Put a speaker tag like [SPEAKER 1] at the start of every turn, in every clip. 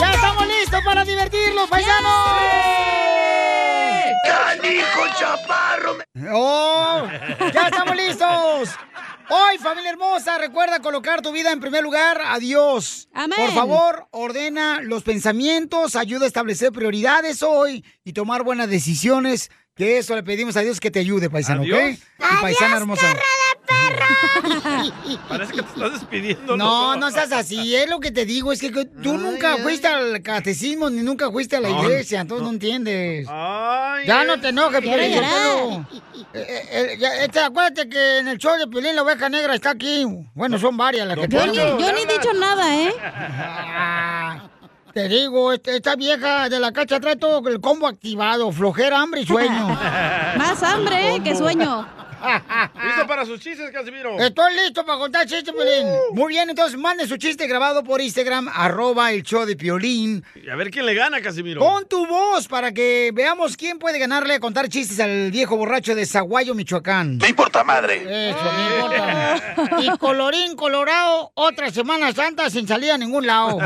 [SPEAKER 1] ¡Ya estamos listos para divertirnos, paisanos!
[SPEAKER 2] ¡Canijo chaparro!
[SPEAKER 1] ¡Oh! ¡Ya estamos listos! Hoy, familia hermosa, recuerda colocar tu vida en primer lugar a Dios.
[SPEAKER 3] Amén.
[SPEAKER 1] Por favor, ordena los pensamientos, ayuda a establecer prioridades hoy y tomar buenas decisiones. Que eso le pedimos a Dios que te ayude, paisano, ¿ok?
[SPEAKER 4] Adiós.
[SPEAKER 1] Y paisana hermosa.
[SPEAKER 4] Parece que te estás despidiendo.
[SPEAKER 1] No,
[SPEAKER 4] loco.
[SPEAKER 1] no seas así, es lo que te digo, es que tú nunca fuiste al catecismo ni nunca fuiste a la
[SPEAKER 4] No,
[SPEAKER 1] iglesia, entonces no, entiendes. ya no te enojes,
[SPEAKER 4] quiero
[SPEAKER 1] Piolín.
[SPEAKER 4] llorar.
[SPEAKER 1] Sotelo. Eh, eh, eh, ya, este, acuérdate que en el show de Piolín la oveja negra está aquí. Bueno, son varias las que
[SPEAKER 3] Yo ni, yo ni he dicho nada, ¿eh?
[SPEAKER 1] Ah, Te digo, este- esta vieja de la cacha trae todo el combo activado, flojera, hambre y sueño.
[SPEAKER 4] Más
[SPEAKER 3] hambre,
[SPEAKER 4] eh, que sueño.
[SPEAKER 1] ¿Listo
[SPEAKER 4] ¿Listo para sus chistes, Casimiro?
[SPEAKER 1] Estoy listo para contar chiste, Piolín. Muy bien, entonces mande su chiste grabado por Instagram, arroba el show de Piolín.
[SPEAKER 4] Y a ver quién le gana, Casimiro.
[SPEAKER 1] Con tu voz para que veamos quién puede ganarle a contar chistes al viejo borracho de Zaguayo, Michoacán.
[SPEAKER 2] No importa
[SPEAKER 4] Eh,
[SPEAKER 2] madre.
[SPEAKER 1] Eso, no importa. Y colorín colorado, otra Semana Santa sin salir a ningún lado.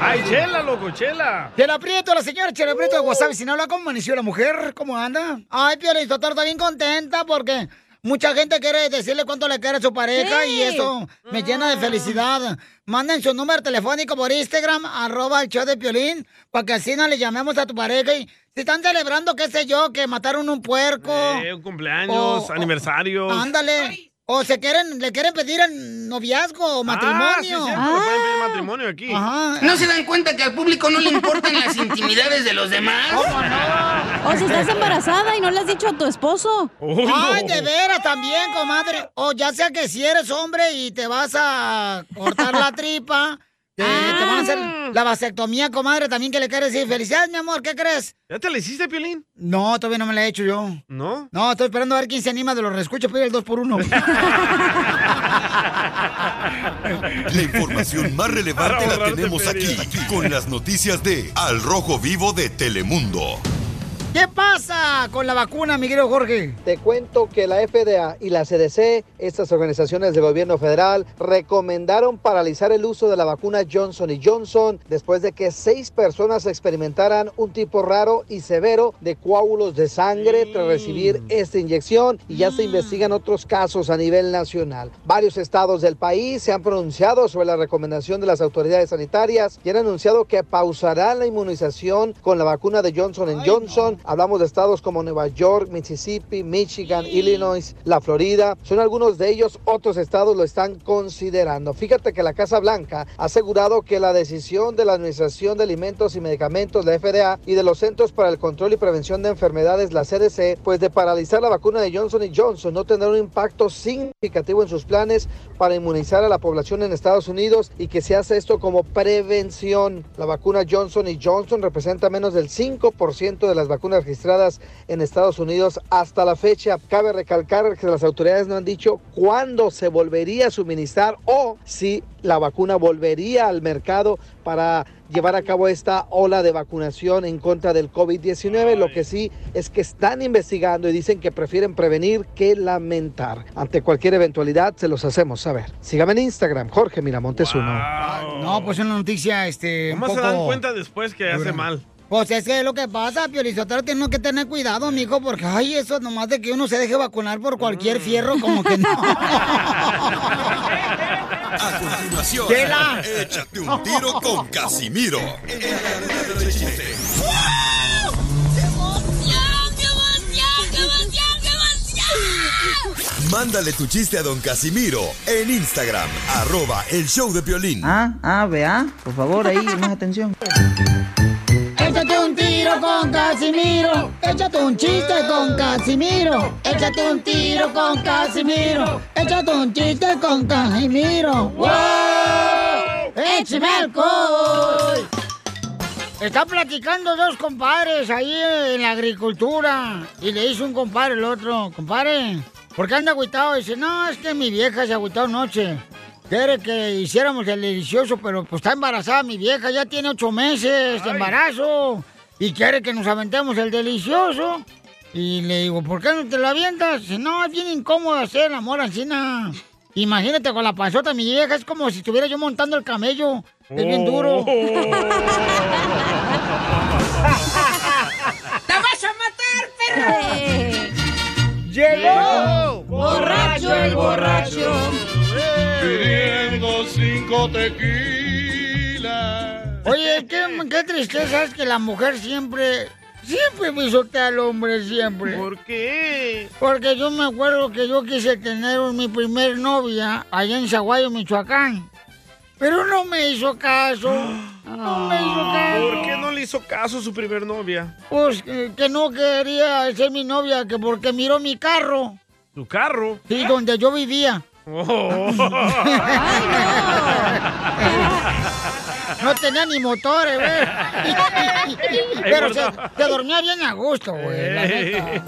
[SPEAKER 4] Ay, chela, loco, chela.
[SPEAKER 1] Chela aprieto la señora Chela Prieto de WhatsApp Sinaloa. ¿Cómo amaneció la mujer? ¿Cómo anda? Ay, Piolín Sotelo está bien contenta porque mucha gente quiere decirle cuánto le quiere a su pareja
[SPEAKER 3] Sí.
[SPEAKER 1] y eso me llena de felicidad. Manden su número telefónico por Instagram, arroba el show de Piolín, para que así no le llamemos a tu pareja y si están celebrando, qué sé yo, que mataron un puerco.
[SPEAKER 4] Eh, un cumpleaños,
[SPEAKER 1] Oh, oh,
[SPEAKER 4] aniversarios.
[SPEAKER 1] Ándale. O se quieren, le quieren pedir el noviazgo o
[SPEAKER 4] Ah, sí,
[SPEAKER 1] matrimonio.
[SPEAKER 4] cierto, le pueden pedir matrimonio aquí.
[SPEAKER 1] ¿No se dan cuenta que al público no le importan las intimidades
[SPEAKER 2] de los demás?
[SPEAKER 3] O si estás embarazada y no le has dicho a tu esposo.
[SPEAKER 1] Ay, de veras también, comadre. O ya sea que si eres hombre y te vas a cortar la tripa, te, te van a hacer
[SPEAKER 3] Ah.
[SPEAKER 1] la vasectomía, comadre, también que le quieres decir felicidades, mi amor, ¿qué crees?
[SPEAKER 4] ¿Ya te la hiciste, Piolín?
[SPEAKER 1] No, todavía no me la he hecho yo.
[SPEAKER 4] ¿No?
[SPEAKER 1] No, estoy esperando a ver quién se anima de los reescuchos, pide el 2x1.
[SPEAKER 5] La información más relevante la tenemos aquí, con las noticias de Al Rojo Vivo de Telemundo.
[SPEAKER 1] ¿Qué pasa con la vacuna, mi querido Jorge?
[SPEAKER 6] Te cuento que la FDA y la CDC, estas organizaciones del gobierno federal, recomendaron paralizar el uso de la vacuna Johnson Johnson después de que seis personas experimentaran un tipo raro y severo de coágulos de sangre tras recibir esta inyección y ya se investigan otros casos a nivel nacional. Varios estados del país se han pronunciado sobre la recomendación de las autoridades sanitarias y han anunciado que pausarán la inmunización con la vacuna de Johnson Johnson. Hablamos de estados como Nueva York, Mississippi, Michigan, Illinois, la Florida. Son algunos de ellos, otros estados lo están considerando. Fíjate que la Casa Blanca ha asegurado que la decisión de la Administración de Alimentos y Medicamentos, la FDA, y de los Centros para el Control y Prevención de Enfermedades, la CDC, pues de paralizar la vacuna de Johnson Johnson no tendrá un impacto significativo en sus planes para inmunizar a la población en Estados Unidos y que se hace esto como prevención. La vacuna Johnson Johnson representa menos del 5% de las vacunas registradas en Estados Unidos hasta la fecha. Cabe recalcar que las autoridades no han dicho cuándo se volvería a suministrar o si la vacuna volvería al mercado para llevar a cabo esta ola de vacunación en contra del COVID-19. Lo que sí es que están investigando y dicen que prefieren prevenir que lamentar. Ante cualquier eventualidad se los hacemos saber. Sígame en Instagram, Jorge Miramontes uno.
[SPEAKER 1] No, pues una noticia, este. un
[SPEAKER 4] ¿Cómo se dan
[SPEAKER 1] poco-
[SPEAKER 4] cuenta después que hace mal?
[SPEAKER 1] Pues es que es lo que pasa, Piolizotero, tenemos que tener cuidado, mijo, porque
[SPEAKER 7] Mm.
[SPEAKER 1] ay, eso nomás de que uno se deje vacunar por cualquier fierro, como que no.
[SPEAKER 5] A continuación,
[SPEAKER 1] Tela.
[SPEAKER 5] échate un tiro con Casimiro. En la Arena de Chiste. Mándale tu chiste a don Casimiro en Instagram, arroba el show de violín.
[SPEAKER 7] Ah, ah, vea, por favor, ahí, más atención.
[SPEAKER 1] Échate un tiro con Casimiro. Échate un chiste con Casimiro. Échate un tiro con Casimiro. Échate un chiste con Casimiro. ¡Wow! ¡Échame alcohol! Están platicando dos compadres ahí en la agricultura. Y le dice un compadre al otro, compadre, ¿por qué anda agüitado? Dice, no, es que mi vieja se agüitó anoche. Quiere que hiciéramos el delicioso, pero pues está embarazada mi vieja, ya tiene ocho meses de embarazo. Y quiere que nos aventemos el delicioso. Y le digo, ¿por qué no te lo avientas? Dice, no, es bien incómodo hacer el amor así, na. Imagínate con la panzota, mi vieja, es como si estuviera yo montando el camello. Es bien duro.
[SPEAKER 4] Oh.
[SPEAKER 2] ¡Te vas a matar, perro!
[SPEAKER 1] Llegó
[SPEAKER 2] borracho el borracho.
[SPEAKER 8] Pidiendo cinco tequilas.
[SPEAKER 1] Oye, qué, qué tristeza es que la mujer siempre, siempre pisotea al hombre, siempre. ¿Por qué? Porque yo me acuerdo que yo quise tener un- mi primer novia allá en Zaguayo, Michoacán. Pero no me hizo caso. No me hizo caso.
[SPEAKER 4] ¿Por qué no le hizo caso su primer novia?
[SPEAKER 1] Pues eh, que no quería ser mi novia, que porque miró mi carro.
[SPEAKER 4] ¿Tu carro? Oh.
[SPEAKER 1] Sí, donde yo vivía. Eh, No tenía ni motores, güey. Pero se, se dormía bien a gusto, güey. la neta.
[SPEAKER 4] Eh,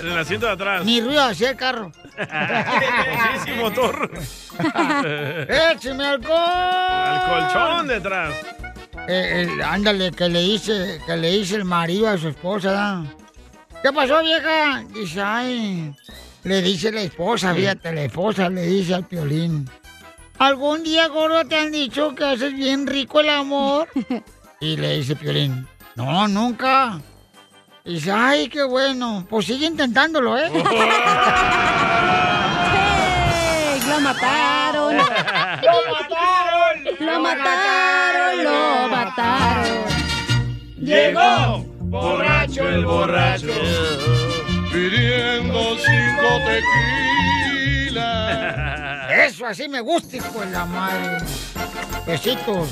[SPEAKER 4] en el asiento de atrás.
[SPEAKER 1] Ni ruido hacía el carro.
[SPEAKER 4] sí, sí, motor.
[SPEAKER 1] ¡Écheme alcohol!
[SPEAKER 4] Al colchón detrás.
[SPEAKER 1] Eh, eh, ándale, que le hice, que le hice el marido a su esposa. ¿da? ¿Qué pasó, vieja? Dice, ay. Le dice la esposa, fíjate, la esposa le dice al piolín. ¿Algún día, gordo, te han dicho que haces bien rico el amor? Y le dice Piolín, no, nunca. Y dice, ay, qué bueno. Pues sigue intentándolo, ¿eh? ¡Hey! ¡Lo
[SPEAKER 2] ¡Lo
[SPEAKER 1] mataron!
[SPEAKER 2] mataron! ¡Lo mataron! ¡Lo mataron!
[SPEAKER 8] Llegó borracho el borracho. Pidiendo cinco tequilas.
[SPEAKER 1] Eso, así me gusta, hijo de la madre. Besitos.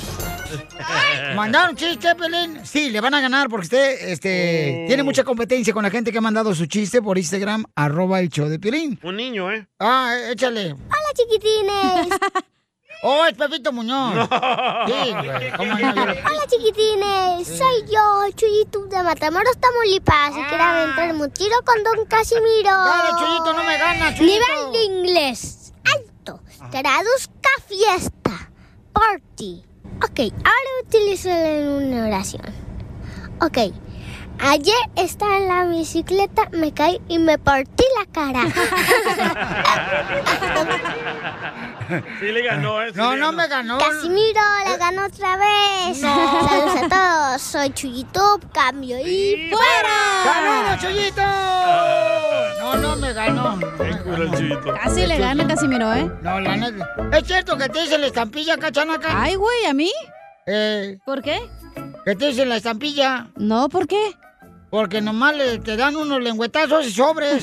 [SPEAKER 1] ¿Mandaron chiste, Pelín? Sí, le van a ganar porque usted
[SPEAKER 4] Oh.
[SPEAKER 1] este, tiene mucha competencia con la gente que ha mandado su chiste por Instagram, arroba el show de Pelín.
[SPEAKER 4] Un niño, ¿eh?
[SPEAKER 1] Ah, échale. Hola, chiquitines. oh, es Pepito Muñoz. Sí, güey, cómo no, yo lo-
[SPEAKER 9] Hola chiquitines, soy yo, Chuyito de Matamoros Tamaulipas y quiero aventarme un tiro con Don Casimiro.
[SPEAKER 2] Ah. Dale, Chuyito, no me ganas, Chuyito.
[SPEAKER 9] Nivel de inglés alto, traduzca fiesta, party. Ok, ahora utilízalo en una oración. Ok, ayer estaba en la bicicleta, me caí y me partí la cara.
[SPEAKER 4] Sí le ganó, ¿eh? Sí le ganó.
[SPEAKER 9] Casimiro la ganó otra vez.
[SPEAKER 4] No.
[SPEAKER 9] Saludos a todos. Soy Chuyito, cambio y fuera.
[SPEAKER 1] ¡Saludos, Chuyito! No, no me ganó.
[SPEAKER 3] Casi le gana Casimiro, ¿eh?
[SPEAKER 1] No, la neta. ¿Es cierto que te dicen la estampilla, cachanaca?
[SPEAKER 3] Ay, güey, ¿a mí?
[SPEAKER 1] Eh,
[SPEAKER 3] ¿Por qué?
[SPEAKER 1] ¿Que te dicen la estampilla?
[SPEAKER 3] No, ¿por qué?
[SPEAKER 1] Porque nomás le- te dan unos lengüetazos y sobres.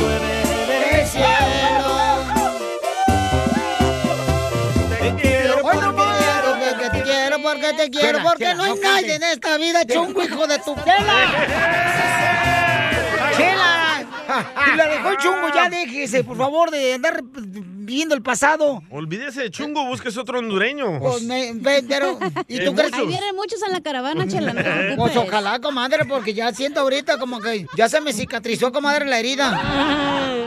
[SPEAKER 2] llueve del cielo.
[SPEAKER 1] Eh,
[SPEAKER 2] Te quiero
[SPEAKER 1] Hoy no puedo, porque te quiero, porque te quiero, porque no hay nadie en esta vida, chungo, hijo de tu chela. Chela. Si la dejó el chungo, ya déjese, por favor, de andar viviendo el pasado.
[SPEAKER 4] Olvídese de chungo, busques otro hondureño.
[SPEAKER 1] Pues me- ve- pero, ¿y
[SPEAKER 4] Eh,
[SPEAKER 1] tú crees
[SPEAKER 4] Ahí vienen
[SPEAKER 1] muchos en la caravana,
[SPEAKER 4] chela, no te preocupes.
[SPEAKER 1] Pues ojalá, comadre, porque ya siento ahorita como que ya se me cicatrizó, comadre, la herida.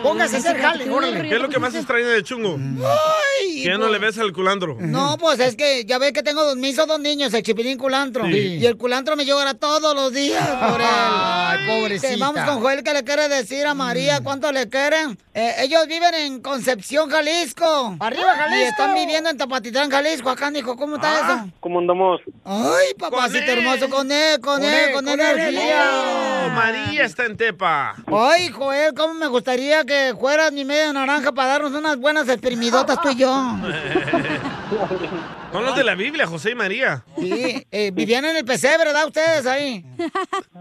[SPEAKER 1] Póngase a hacer jale, órale.
[SPEAKER 4] ¿Qué es lo que más extraña de chungo?
[SPEAKER 1] Ay,
[SPEAKER 4] Que ya no le ves al culandro. Mm.
[SPEAKER 1] No, pues es que ya ves que tengo dos, me hizo dos niños, el chipilín culantro.
[SPEAKER 4] Sí.
[SPEAKER 1] Y el culantro me llora todos los días por él.
[SPEAKER 2] Ay, pobrecita.
[SPEAKER 1] Que Vamos con Joel que le quiere decir a María cuánto le quieren. Eh, ellos viven en Concepción, Jalisco.
[SPEAKER 2] ¡Arriba,
[SPEAKER 1] Y
[SPEAKER 2] Jalisco!
[SPEAKER 1] están viviendo en Tapatitlán, Jalisco. Acá, hijo, ¿cómo está
[SPEAKER 10] Ah,
[SPEAKER 1] eso?
[SPEAKER 11] ¿Cómo andamos?
[SPEAKER 1] Ay, papacito hermoso, con él, con, él, con, energía.
[SPEAKER 4] Oh, María está en Tepa.
[SPEAKER 1] Ay, Joel, cómo me gustaría que fueras mi media naranja para darnos unas buenas exprimidotas tú y yo.
[SPEAKER 4] Son los de la Biblia, José y María.
[SPEAKER 1] Sí, eh, vivían en el PC, ¿verdad? Ustedes ahí.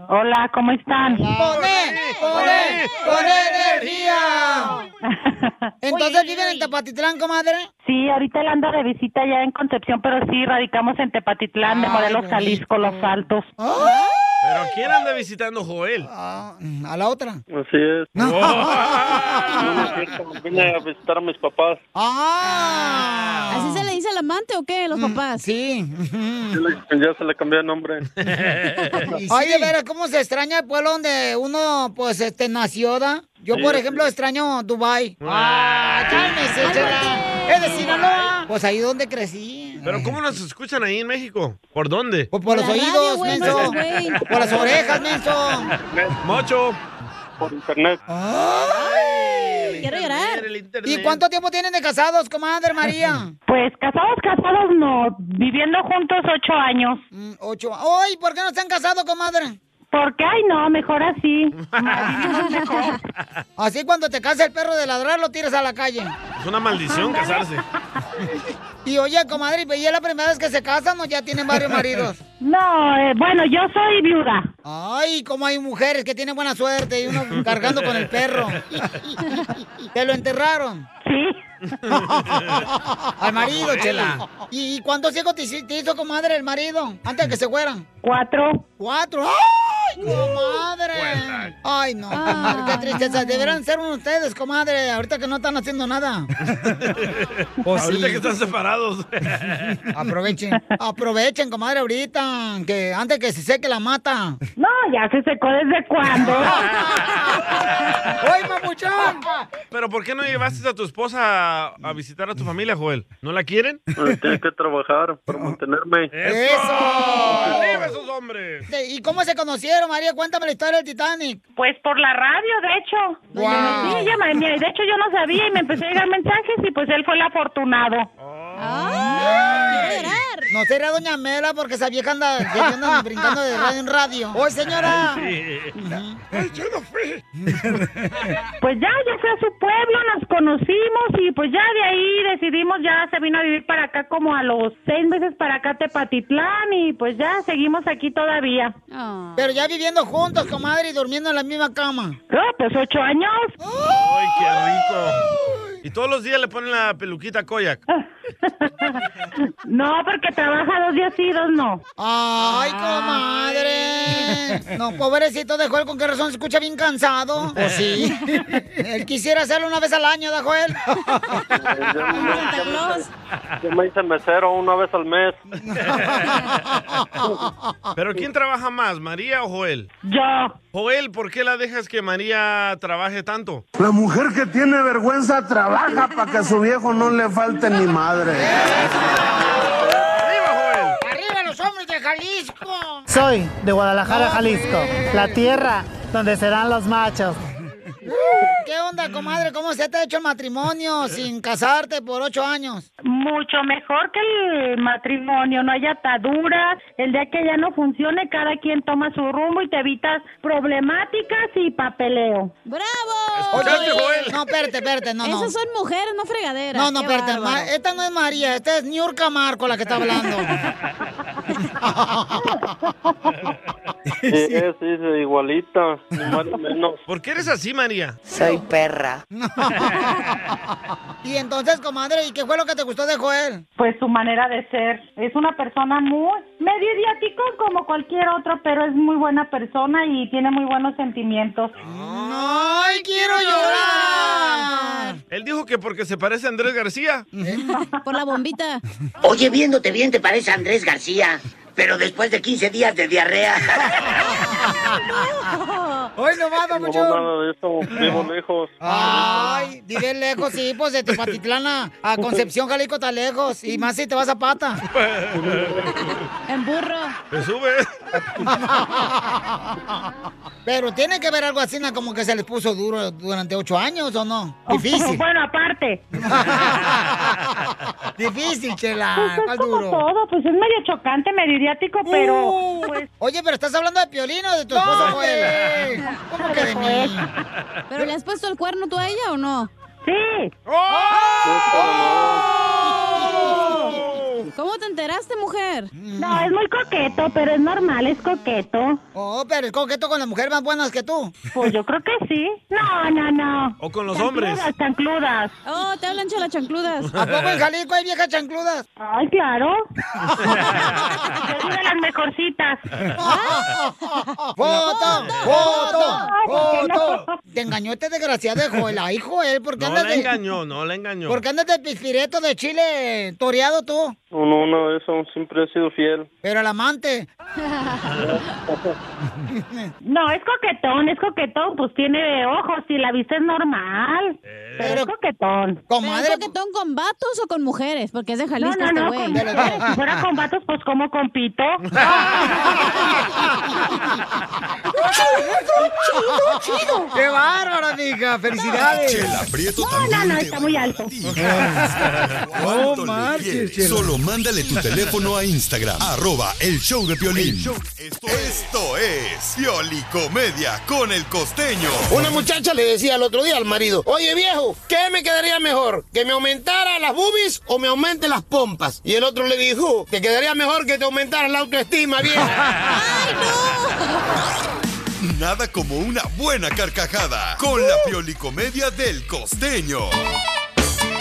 [SPEAKER 12] Hola, ¿cómo están?
[SPEAKER 1] ¡Poné! ¡Poné! ¡Poné energía! Entonces viven en Tepatitlán, comadre.
[SPEAKER 12] Sí, ahorita él anda de visita ya en Concepción, pero sí, radicamos en Tepatitlán, de Morelos, Jalisco, Los Altos.
[SPEAKER 4] ¿Pero a quién anda visitando Joel?
[SPEAKER 1] Ah, A la otra.
[SPEAKER 11] Así es. No. no es cierto, vine a visitar a mis papás.
[SPEAKER 1] ¡Ah!
[SPEAKER 3] ¿Así se le dice al amante o qué, los papás?
[SPEAKER 1] Sí. Mm.
[SPEAKER 11] Ya, le- ya se le cambió el nombre.
[SPEAKER 1] Ay, de veras, ¿cómo se extraña el pueblo donde uno, pues, este, nació, da? Yo, por
[SPEAKER 11] Sí.
[SPEAKER 1] ejemplo, extraño Dubai. ¡Ah! ¡Cálmese, chela! ¡Es de Sinaloa! Pues ahí donde crecí.
[SPEAKER 4] ¿Pero cómo nos escuchan ahí en México? ¿Por dónde?
[SPEAKER 1] Pues, por los La radio, oídos, güey, menso. no seas güey. Por las orejas, menso. Ah.
[SPEAKER 4] Mocho.
[SPEAKER 11] Por internet.
[SPEAKER 1] Quiero llorar. ¿Y cuánto tiempo tienen de casados, comadre María?
[SPEAKER 12] Pues casados, casados no, viviendo juntos ocho años.
[SPEAKER 1] Mm, Ocho. ¡Ay! ¿Por qué no están casados, comadre?
[SPEAKER 12] Porque, ay no, mejor así.
[SPEAKER 1] Así cuando te casa el perro de ladrar, lo tiras a la calle.
[SPEAKER 4] Es una maldición casarse.
[SPEAKER 1] Y oye, comadre, ¿y es la primera vez que se casan o ya tienen varios maridos?
[SPEAKER 12] No, eh, bueno, yo soy viuda.
[SPEAKER 1] Ay, cómo hay mujeres que tienen buena suerte y uno cargando con el perro. ¿Te lo enterraron?
[SPEAKER 12] Sí.
[SPEAKER 1] Al marido, chela. ¿Y y cuántos hijos te hici- te hizo, comadre, el marido? Antes de que se fueran.
[SPEAKER 12] Cuatro.
[SPEAKER 1] ¡Cuatro! ¡Ay, comadre! ¡Ay, no!
[SPEAKER 12] Ah.
[SPEAKER 1] ¡Qué tristeza! Deberán ser uno ustedes, comadre, ahorita que no están haciendo nada. Pues
[SPEAKER 4] Ahorita que están separados.
[SPEAKER 1] Aprovechen. Aprovechen, comadre, ahorita, que antes que se seque la mata.
[SPEAKER 12] No, ya se secó desde cuándo.
[SPEAKER 1] ¡Oye, mamuchón!
[SPEAKER 4] ¿Pero por qué no llevaste a tu esposa a, a visitar a tu familia, Joel? ¿No la quieren?
[SPEAKER 11] Bueno, Tiene que trabajar para mantenerme.
[SPEAKER 4] ¡Arriba esos hombres!
[SPEAKER 1] Este, ¿Y cómo se conocieron, María? Cuéntame la historia del Titanic.
[SPEAKER 12] Pues por la radio, de hecho.
[SPEAKER 1] Wow.
[SPEAKER 12] Sí, ella me- mira, y de hecho yo no sabía y me empecé a llegar mensajes y pues él fue el afortunado.
[SPEAKER 1] No será Doña Mela porque esa vieja anda que anda brincando de radio en radio.
[SPEAKER 2] Oh,
[SPEAKER 1] ¡Oye, señora! yo no fui!
[SPEAKER 12] Pues ya, ya fue a su pueblo, nos conocimos y pues ya de ahí decidimos, ya se vino a vivir para acá como a los seis meses para acá Tepatitlán y pues ya seguimos aquí todavía.
[SPEAKER 1] Ah. Pero ya viviendo juntos, comadre, y durmiendo en la misma cama.
[SPEAKER 12] No, pues ocho años.
[SPEAKER 4] ¡Ay, qué rico! Y todos los días le ponen la peluquita Koyak.
[SPEAKER 12] No, porque trabaja dos días y dos no.
[SPEAKER 1] ¡Ay, comadre! No, pobrecito de Joel, ¿con qué razón se escucha bien cansado?
[SPEAKER 2] Pues sí.
[SPEAKER 1] Él quisiera hacerlo una vez al año, ¿da, Joel?
[SPEAKER 11] Yo me hice mesero una vez al mes.
[SPEAKER 4] ¿Pero quién trabaja más, María o Joel?
[SPEAKER 12] Yo.
[SPEAKER 4] Joel, ¿por qué la dejas que María trabaje tanto?
[SPEAKER 13] La mujer que tiene vergüenza trabaja para que a su viejo no le falte ni madre.
[SPEAKER 1] ¡Arriba los hombres de Jalisco!
[SPEAKER 6] Soy de Guadalajara, Jalisco, la tierra donde serán los machos.
[SPEAKER 1] ¿Qué onda, comadre? ¿Cómo se te ha hecho el matrimonio sin casarte por ocho años?
[SPEAKER 12] Mucho mejor que el matrimonio, no hay ataduras, el día que ya no funcione cada quien toma su rumbo y te evitas problemáticas y papeleo.
[SPEAKER 1] ¡Bravo!
[SPEAKER 12] ¿Escuchaste, Joel?
[SPEAKER 1] este No, espérate, espérate, no, no.
[SPEAKER 3] Esas son mujeres, no fregaderas.
[SPEAKER 1] No, no,
[SPEAKER 3] Qué
[SPEAKER 1] espérate.
[SPEAKER 3] bárbaro.
[SPEAKER 1] ma- esta no es María, esta es Niurka Marco la que está hablando.
[SPEAKER 11] Sí, es, sí, es igualita. Ni más ni menos.
[SPEAKER 4] ¿Por qué eres así, María?
[SPEAKER 11] Soy perra.
[SPEAKER 1] y entonces, comadre, ¿y qué fue lo que te gustó de Joel?
[SPEAKER 12] Pues su manera de ser. Es una persona muy medio idiático como cualquier otro, pero es muy buena persona y tiene muy buenos sentimientos.
[SPEAKER 1] ¡Ay, quiero llorar!
[SPEAKER 4] Él dijo que porque se parece a Andrés García.
[SPEAKER 3] Por la bombita.
[SPEAKER 14] Oye, viéndote bien, te parece a Andrés García, pero después de 15 días de diarrea.
[SPEAKER 1] Hoy no
[SPEAKER 11] No,
[SPEAKER 1] va, papuchón.
[SPEAKER 11] nada de eso, vivo lejos.
[SPEAKER 1] Ay, diré lejos, sí, pues de Tepatitlán a- a Concepción, Jalisco, está lejos. Y más si te vas a pata. En burro.
[SPEAKER 4] Se sube.
[SPEAKER 1] Pero tiene que ver algo así, ¿no? como que se les puso duro durante ocho años, ¿o no? Ah, Difícil.
[SPEAKER 12] Bueno, aparte.
[SPEAKER 1] Difícil, chela.
[SPEAKER 12] Pues es
[SPEAKER 1] ¿Cuál
[SPEAKER 12] como
[SPEAKER 1] Ah, duro?
[SPEAKER 12] todo, pues es medio chocante, medio idiático, pero
[SPEAKER 1] Uh,
[SPEAKER 12] pues...
[SPEAKER 1] Oye, pero estás hablando de Piolín o de tu esposa,
[SPEAKER 12] No,
[SPEAKER 1] Joel?
[SPEAKER 12] hombre.
[SPEAKER 1] ¿Cómo que de mí?
[SPEAKER 3] ¿Pero le has puesto el cuerno tú a ella o no?
[SPEAKER 12] Sí.
[SPEAKER 1] Oh,
[SPEAKER 3] ¿Cómo te enteraste, mujer?
[SPEAKER 12] ¡Oh! No, es muy coqueto, pero es normal, es coqueto.
[SPEAKER 1] Oh, pero es coqueto con las mujeres más buenas que tú.
[SPEAKER 12] Pues yo creo que sí. No, no, no.
[SPEAKER 4] O con los
[SPEAKER 12] Chancludas,
[SPEAKER 4] hombres.
[SPEAKER 12] Chancludas.
[SPEAKER 3] Oh, te hablan las chancludas.
[SPEAKER 1] ¿A poco en Jalisco hay viejas chancludas?
[SPEAKER 12] Ay, claro. Yo soy de las mejorcitas.
[SPEAKER 1] ¡Foto! ¡Foto! ¡Foto! Te engañó este desgraciado de Joel. Ay, Joel, ¿por qué
[SPEAKER 4] No
[SPEAKER 1] andas
[SPEAKER 4] la
[SPEAKER 1] de...?
[SPEAKER 4] engañó, no la engañó.
[SPEAKER 1] ¿Por qué andas de pispireto de Chile toreado tú?
[SPEAKER 11] No, no, nada de eso, siempre he sido fiel.
[SPEAKER 1] Pero el amante.
[SPEAKER 12] No, es coquetón, es coquetón. Pues tiene ojos y la vista es normal.
[SPEAKER 4] Eh.
[SPEAKER 12] Pero es coquetón.
[SPEAKER 3] ¿Pero es coquetón con vatos o con mujeres? Porque es de
[SPEAKER 12] No,
[SPEAKER 3] Jalisco
[SPEAKER 12] no, no.
[SPEAKER 3] este
[SPEAKER 12] con
[SPEAKER 3] güey.
[SPEAKER 12] mujeres. Si fuera con vatos, pues ¿cómo compito?
[SPEAKER 1] ¡Chido, chido, qué bárbara, mija! ¡Felicidades!
[SPEAKER 5] Chela Prieto
[SPEAKER 12] No,
[SPEAKER 5] también
[SPEAKER 12] no, no,
[SPEAKER 5] te
[SPEAKER 12] está
[SPEAKER 5] va
[SPEAKER 12] muy
[SPEAKER 5] a
[SPEAKER 12] alto.
[SPEAKER 5] dar cuánto
[SPEAKER 12] No
[SPEAKER 5] le
[SPEAKER 12] marches,
[SPEAKER 5] quieres.
[SPEAKER 12] Chela.
[SPEAKER 5] Solo mándale tu teléfono a Instagram, arroba el show de Piolín. Esto es Pioli Comedia con el costeño.
[SPEAKER 15] Una muchacha le decía el otro día al marido, oye viejo, ¿qué me quedaría mejor? ¿Que me aumentara las boobies o me aumente las pompas? Y el otro le dijo, te quedaría mejor que te aumentara la autoestima, vieja.
[SPEAKER 5] Nada como una buena carcajada con la Pioli Comedia del costeño.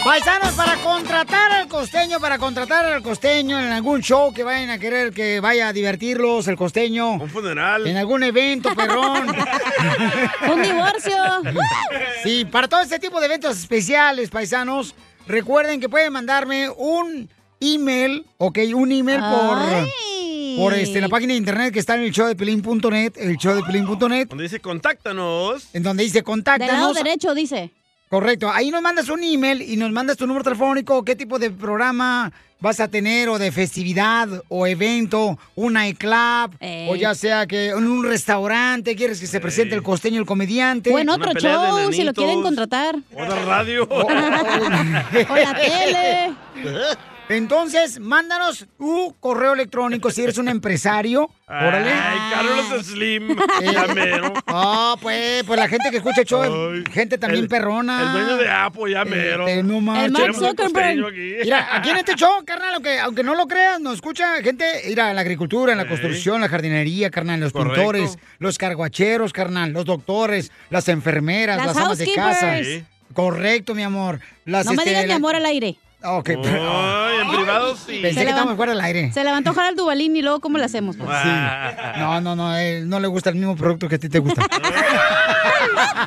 [SPEAKER 1] Paisanos, para contratar al costeño, para contratar al costeño en algún show que vayan a querer que vaya a divertirlos, el costeño. Un
[SPEAKER 4] funeral.
[SPEAKER 1] En algún evento, perrón.
[SPEAKER 3] Un divorcio.
[SPEAKER 1] sí, para todo este tipo de eventos especiales, paisanos, recuerden que pueden mandarme un email, ok, un email por, por este, la página de internet que está en el show de pelín.net, el show de pelín.net. Donde
[SPEAKER 4] dice contáctanos.
[SPEAKER 1] En donde dice
[SPEAKER 3] Del lado
[SPEAKER 1] contáctanos.
[SPEAKER 3] derecho, dice.
[SPEAKER 1] Correcto, ahí nos mandas un email y nos mandas tu número telefónico, qué tipo de programa vas a tener o de festividad o evento, un nightclub o ya sea que en un restaurante quieres que se presente el costeño, el comediante.
[SPEAKER 3] O en otro show, si lo quieren contratar.
[SPEAKER 4] Otra radio.
[SPEAKER 3] O la tele.
[SPEAKER 1] Entonces, mándanos tu correo electrónico si eres un empresario.
[SPEAKER 4] Ah,
[SPEAKER 1] Órale.
[SPEAKER 4] Ay, Carlos Slim.
[SPEAKER 1] Eh,
[SPEAKER 4] ya mero.
[SPEAKER 1] No, pues, pues la gente que escucha el show, es gente también
[SPEAKER 4] el-
[SPEAKER 1] perrona.
[SPEAKER 4] el dueño de Apple, ya mero.
[SPEAKER 1] Este, no
[SPEAKER 4] El
[SPEAKER 1] marches.
[SPEAKER 4] Mark Tenemos un Zuckerberg. costeño aquí.
[SPEAKER 1] Mira, aquí en este show, carnal, aunque, aunque no lo creas, nos escucha gente, mira, en la agricultura, en la construcción, en la jardinería, carnal, los
[SPEAKER 4] Correcto.
[SPEAKER 1] pintores, los carguacheros, carnal, los doctores, las enfermeras,
[SPEAKER 3] Las
[SPEAKER 1] las, amas de casa.
[SPEAKER 3] housekeepers. Sí.
[SPEAKER 1] Correcto, mi amor. Las,
[SPEAKER 3] No me
[SPEAKER 1] este,
[SPEAKER 3] digas mi
[SPEAKER 1] la-
[SPEAKER 3] amor al aire.
[SPEAKER 1] Ok, pero-
[SPEAKER 4] Ay, en privado sí.
[SPEAKER 1] Pensé que estábamos fuera del aire.
[SPEAKER 3] Se levantó Jaral Dubalín y luego, ¿cómo le hacemos? pues?
[SPEAKER 4] Ah.
[SPEAKER 1] No, no, no, él no le gusta el mismo producto que a ti te gusta.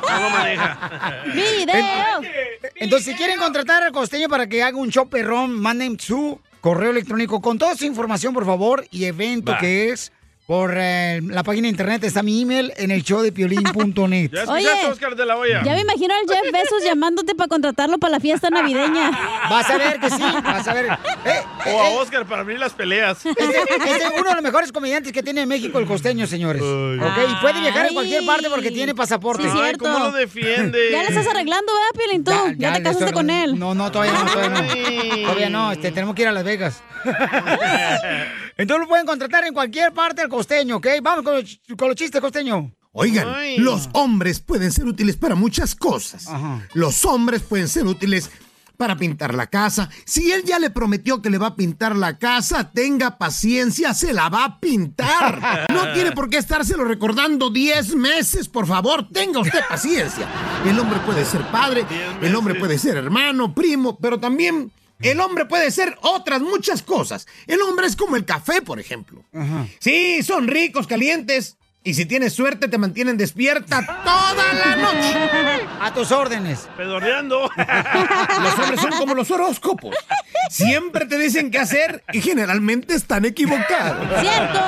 [SPEAKER 4] ¿Cómo maneja?
[SPEAKER 3] ¡Video!
[SPEAKER 1] Entonces, si quieren contratar al costeño para que haga un show perrón, manden su correo electrónico con toda su información, por favor, y evento
[SPEAKER 4] Va.
[SPEAKER 1] que es por eh, la página de internet. Está mi email en el show de piolín.net.
[SPEAKER 4] ¿Ya escuchaste, Oscar de la Hoya?
[SPEAKER 3] Ya me imagino al Jeff Bezos llamándote para contratarlo para la fiesta navideña.
[SPEAKER 1] Vas a ver que sí, vas a ver. Eh,
[SPEAKER 4] O a Oscar para abrir las peleas.
[SPEAKER 1] Este- este es uno de los mejores comediantes que tiene en México el costeño, señores. Ok, y puede viajar a cualquier parte porque tiene pasaporte.
[SPEAKER 3] Sí, cierto. Ya le estás arreglando, ¿verdad, Piolín? Tú, ya, te
[SPEAKER 1] le
[SPEAKER 3] casaste
[SPEAKER 1] estoy-
[SPEAKER 3] con él.
[SPEAKER 1] No, no, todavía no, todavía no. Todavía no, este, tenemos que ir a Las Vegas. Entonces lo pueden contratar en cualquier parte del costeño, ¿ok? Vamos con los, ch- con los chistes, costeño.
[SPEAKER 16] Oigan, los hombres pueden ser útiles para muchas cosas. Los hombres pueden ser útiles para pintar la casa. Si él ya le prometió que le va a pintar la casa, tenga paciencia, se la va a pintar. No tiene por qué estárselo recordando 10 meses, por favor, tenga usted paciencia. El hombre puede ser padre, el hombre puede ser hermano, primo, pero también el hombre puede ser otras muchas cosas. El hombre es como el café, por ejemplo. Sí, son ricos, calientes, Y si tienes suerte, te mantienen despierta toda la noche.
[SPEAKER 1] A tus órdenes.
[SPEAKER 16] Pedorreando. Los hombres son como los horóscopos. Siempre te dicen qué hacer y generalmente están equivocados.
[SPEAKER 1] ¡Cierto!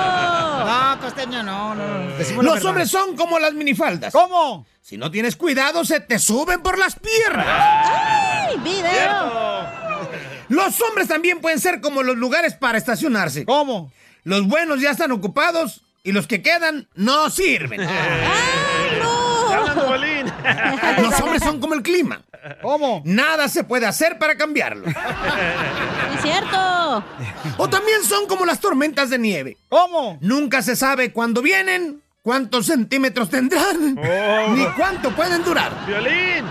[SPEAKER 1] No, costeño, no, no. no. Decimos la
[SPEAKER 16] Los
[SPEAKER 1] verdad.
[SPEAKER 16] hombres son como las minifaldas. ¿Cómo? Si no tienes cuidado, se te suben por las piernas. ¡Ay,
[SPEAKER 3] video!
[SPEAKER 16] Los hombres también pueden ser como los lugares para estacionarse. ¿Cómo? Los buenos ya están ocupados y los que quedan no sirven. Los hombres son como el clima. ¿Cómo? Nada se puede hacer para cambiarlo. Es cierto. O también son como las tormentas de nieve. ¿Cómo? Nunca se sabe cuándo vienen, cuántos centímetros tendrán, ni cuánto pueden durar. Violín.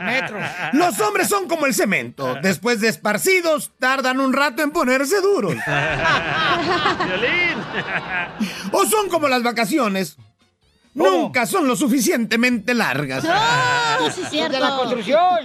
[SPEAKER 16] metros. Los hombres son como el cemento. Después de esparcidos, tardan un rato en ponerse duros. O son como las vacaciones. Nunca son lo suficientemente largas.
[SPEAKER 3] ¡No! Sí, es cierto.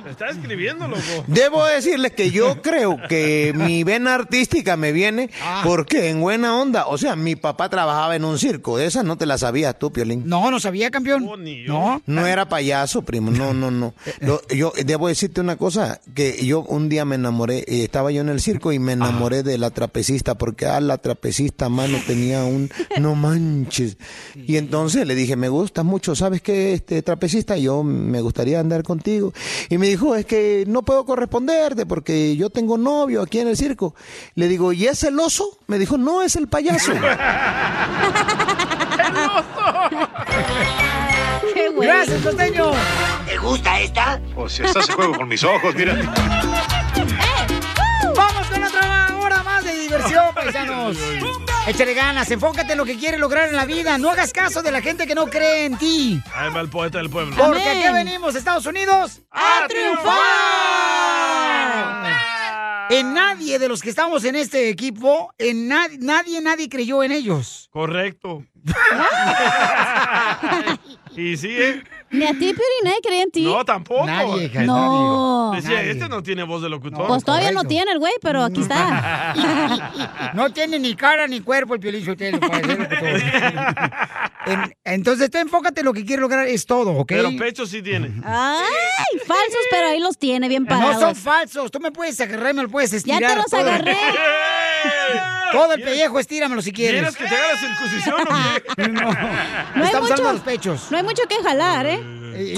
[SPEAKER 4] Está escribiendo, loco.
[SPEAKER 17] Debo decirles que yo creo que mi vena artística me viene
[SPEAKER 1] Ah.
[SPEAKER 17] porque en buena onda, o sea, mi papá trabajaba en un circo, de esas no te la sabías tú, Piolín.
[SPEAKER 1] No, no sabía, campeón. No.
[SPEAKER 17] No era payaso, primo, no, no, no. Lo- yo debo decirte una cosa, que yo un día me enamoré, eh, estaba yo en el circo y me enamoré de la trapecista, porque a la trapecista, mano, tenía un, no manches. Y entonces le dije, me gusta mucho, ¿sabes qué, este trapecista? Yo me gustaría andar contigo. Y me dijo, es que no puedo corresponderte porque yo tengo novio aquí en el circo. Le digo, ¿y es el oso? Me dijo, no, es el payaso.
[SPEAKER 3] ¡Qué
[SPEAKER 1] güey! Gracias, costeño.
[SPEAKER 14] ¿Te gusta esta?
[SPEAKER 8] O si estás juego con mis ojos, mira.
[SPEAKER 1] Vamos con otra hora más de diversión, paisanos. Échale ganas, enfócate en lo que quieres lograr en la vida. No hagas caso de la gente que no cree en ti.
[SPEAKER 4] Ahí va el Ah, poeta del pueblo.
[SPEAKER 1] Porque aquí venimos, Estados Unidos, a triunfar. En nadie de los que estamos en este equipo, en na- nadie, nadie creyó en ellos.
[SPEAKER 4] Correcto. y sí, ¿eh?
[SPEAKER 3] Ni a ti, Piolín, nadie creía en ti.
[SPEAKER 4] No, tampoco.
[SPEAKER 3] Nadie, hija, No. nadie.
[SPEAKER 4] Decía,
[SPEAKER 3] Nadie.
[SPEAKER 4] este no tiene voz de locutor.
[SPEAKER 3] Pues todavía no tiene el güey, pero aquí está.
[SPEAKER 1] No tiene ni cara ni cuerpo el Piolín Sotelo, para decirlo todo. En- Entonces, tú enfócate en lo que quieres lograr, es todo, ¿ok?
[SPEAKER 4] Pero pecho sí tiene.
[SPEAKER 3] ¡Ay! Falsos, pero ahí los tiene bien parados.
[SPEAKER 1] No son falsos. Tú me puedes agarrar, me lo puedes
[SPEAKER 3] ¡Ya
[SPEAKER 1] estirar.
[SPEAKER 3] te los
[SPEAKER 1] todo.
[SPEAKER 3] agarré!
[SPEAKER 1] Todo el pellejo, estíramelo si quieres.
[SPEAKER 3] ¿Quieres que te
[SPEAKER 4] haga la circuncisión
[SPEAKER 1] o qué? No.
[SPEAKER 3] No hay
[SPEAKER 1] estamos hablando
[SPEAKER 3] mucho-
[SPEAKER 1] de los pechos.
[SPEAKER 3] No hay mucho que jalar, ¿eh?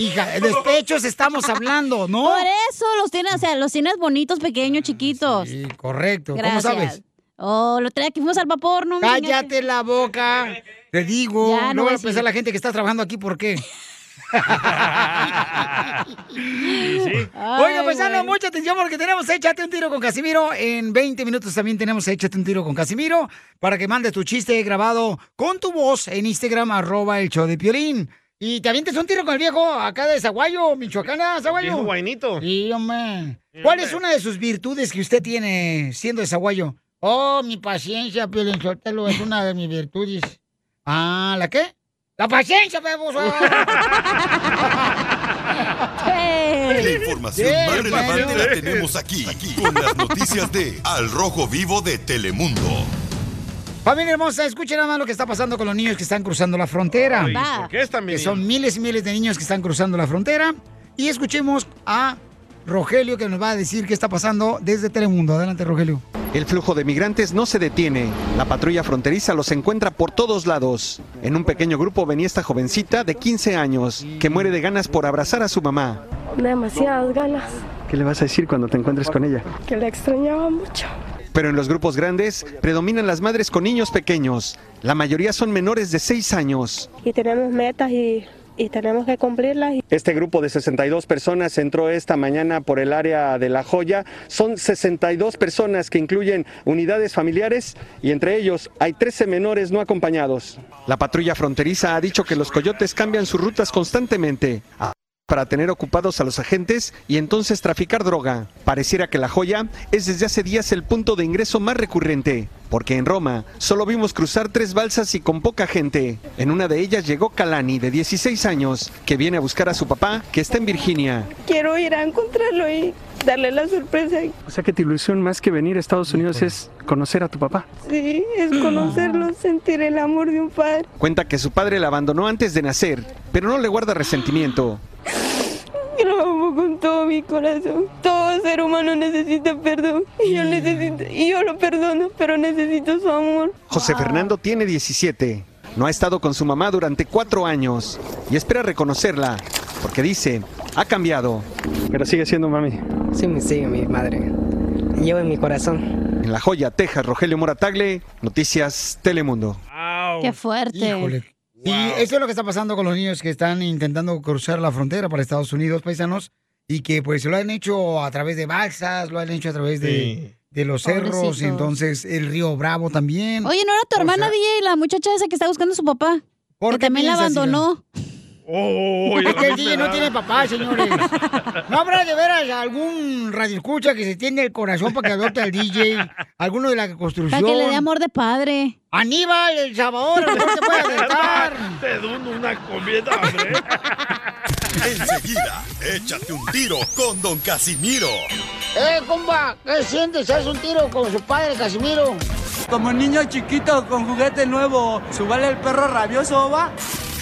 [SPEAKER 1] Hija, de los pechos estamos hablando, ¿no?
[SPEAKER 3] Por eso los tienes, o sea, los tienes bonitos, pequeños, chiquitos.
[SPEAKER 1] Correcto.
[SPEAKER 3] Gracias.
[SPEAKER 1] ¿Cómo sabes?
[SPEAKER 3] Oh, lo trae aquí, fuimos al vapor, no me engañes.
[SPEAKER 1] Cállate la boca. Te digo,
[SPEAKER 3] Ya, no
[SPEAKER 1] no
[SPEAKER 3] voy
[SPEAKER 1] va a
[SPEAKER 3] a
[SPEAKER 1] pensar
[SPEAKER 3] decir.
[SPEAKER 1] la gente que está trabajando aquí por qué.
[SPEAKER 3] Ay,
[SPEAKER 1] Oiga, pues
[SPEAKER 3] güey.
[SPEAKER 1] mucha atención porque tenemos Échate un tiro con Casimiro. En 20 minutos también tenemos Échate un tiro con Casimiro para que mandes tu chiste grabado con tu voz en Instagram, arroba el show de Piolín. Y te avientes un tiro con el viejo acá de Zaguayo, Michoacana, Zaguayo.
[SPEAKER 4] Viejo guainito.
[SPEAKER 1] Sí, hombre. ¿Cuál es una de sus virtudes que usted tiene siendo de Zaguayo? Oh, mi paciencia, Piolín Sotelo, es una de mis virtudes. Ah, ¿la qué? La paciencia, baboso.
[SPEAKER 5] La información
[SPEAKER 1] Sí,
[SPEAKER 5] más
[SPEAKER 1] bueno.
[SPEAKER 5] relevante la tenemos aquí, aquí, con las noticias de Al Rojo Vivo de Telemundo.
[SPEAKER 1] Familia hermosa, escuchen nada más lo que está pasando con los niños que están cruzando la frontera.
[SPEAKER 5] Ay, ¿por qué están
[SPEAKER 1] que
[SPEAKER 5] viniendo?
[SPEAKER 1] son miles y miles de niños que están cruzando la frontera. Y escuchemos a Rogelio que nos va a decir qué está pasando desde Telemundo. Adelante, Rogelio.
[SPEAKER 18] El flujo de migrantes no se detiene. La patrulla fronteriza los encuentra por todos lados. En un pequeño grupo venía esta jovencita de 15 años que muere de ganas por abrazar a su mamá.
[SPEAKER 19] Demasiadas ganas,
[SPEAKER 18] ¿Qué le vas a decir cuando te encuentres con ella?
[SPEAKER 19] que le extrañaba mucho.
[SPEAKER 18] Pero en los grupos grandes predominan las madres con niños pequeños. La mayoría son menores de 6 años.
[SPEAKER 19] Y tenemos metas y, y tenemos que cumplirlas. Y
[SPEAKER 18] Este grupo de 62 personas entró esta mañana por el área de La Joya. Son 62 personas que incluyen unidades familiares y entre ellos hay 13 menores no acompañados. La patrulla fronteriza ha dicho que los coyotes cambian sus rutas constantemente. para tener ocupados a los agentes y entonces traficar droga. Pareciera que la joya es desde hace días el punto de ingreso más recurrente, porque en Roma solo vimos cruzar tres balsas y con poca gente. En una de ellas llegó Calani, de 16 años, que viene a buscar a su papá, que está en Virginia.
[SPEAKER 19] Quiero ir a encontrarlo y darle la sorpresa.
[SPEAKER 18] O sea que tu ilusión más que venir a Estados Unidos es conocer a tu papá.
[SPEAKER 19] Sí, es conocerlo, sentir el amor de un padre.
[SPEAKER 18] Cuenta que su padre la abandonó antes de nacer, pero no le guarda resentimiento.
[SPEAKER 19] Lo amo con todo mi corazón. Todo ser humano necesita perdón. Y yo, necesito, y yo lo perdono, pero necesito su amor.
[SPEAKER 18] José Fernando tiene 17. No ha estado con su mamá durante cuatro años y espera reconocerla, porque dice, ha cambiado. Pero sigue siendo mami.
[SPEAKER 20] Sí, me sigue mi madre. Llevo en mi corazón.
[SPEAKER 18] En La Joya, Texas, Rogelio Moratagle, Noticias Telemundo.
[SPEAKER 1] Qué fuerte. Y eso es lo que está pasando con los niños que están intentando cruzar la frontera para Estados Unidos, paisanos, y que pues lo han hecho a través de balsas, lo han hecho a través de,
[SPEAKER 4] Sí.
[SPEAKER 1] de los cerros,
[SPEAKER 3] Pobrecitos.
[SPEAKER 1] entonces el río Bravo también.
[SPEAKER 3] Oye, ¿no era tu
[SPEAKER 1] O
[SPEAKER 3] hermana,
[SPEAKER 1] sea,
[SPEAKER 3] DJ, la muchacha esa que está buscando a su papá? que también la
[SPEAKER 1] piensas,
[SPEAKER 3] abandonó. Oh,
[SPEAKER 1] es que el DJ no tiene papá, señores. ¿No habrá de veras algún radioescucha que se tiene el corazón para que adopte al DJ? ¿Alguno de la construcción?
[SPEAKER 3] Para que le dé amor de padre.
[SPEAKER 1] Aníbal, Ah, el Salvador, a lo mejor se puede adoptar.
[SPEAKER 4] Te doy una comida, hombre.
[SPEAKER 5] Enseguida, échate un tiro con Don Casimiro.
[SPEAKER 1] ¡Eh, compa! ¿Qué sientes? ¿Haz un tiro con su padre, Casimiro?
[SPEAKER 21] Como niño chiquito con juguete nuevo, ¿subale el perro rabioso, va?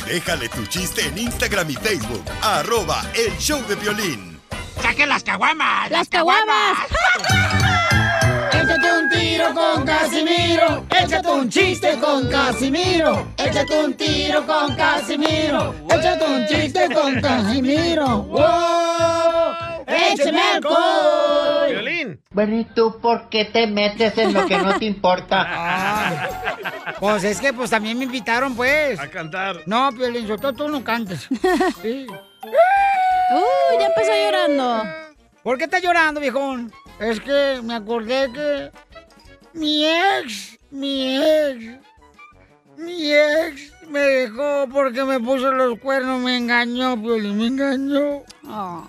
[SPEAKER 5] Déjale tu chiste en Instagram y Facebook. Arroba el show de violín.
[SPEAKER 14] ¡Saque las caguamas!
[SPEAKER 3] ¡Las caguamas!
[SPEAKER 1] Échate un tiro con Casimiro. Échate un chiste Este con Casimiro. Échate un tiro con Casimiro. Échate un chiste con Casimiro. ¡Wow! ¡Échame alcohol!
[SPEAKER 22] Bueno, ¿y tú por qué te metes en lo que no te importa?
[SPEAKER 1] Pues es que pues también me invitaron, pues.
[SPEAKER 4] A cantar.
[SPEAKER 1] No, Piolín, Sotelo, tú no cantes. Sí.
[SPEAKER 3] Uh, ya empezó llorando.
[SPEAKER 1] ¿Por qué estás llorando, viejón? Es que me acordé que mi ex, mi ex, mi ex me dejó porque me puso los cuernos, me engañó, Piolín, me engañó.
[SPEAKER 3] Oh.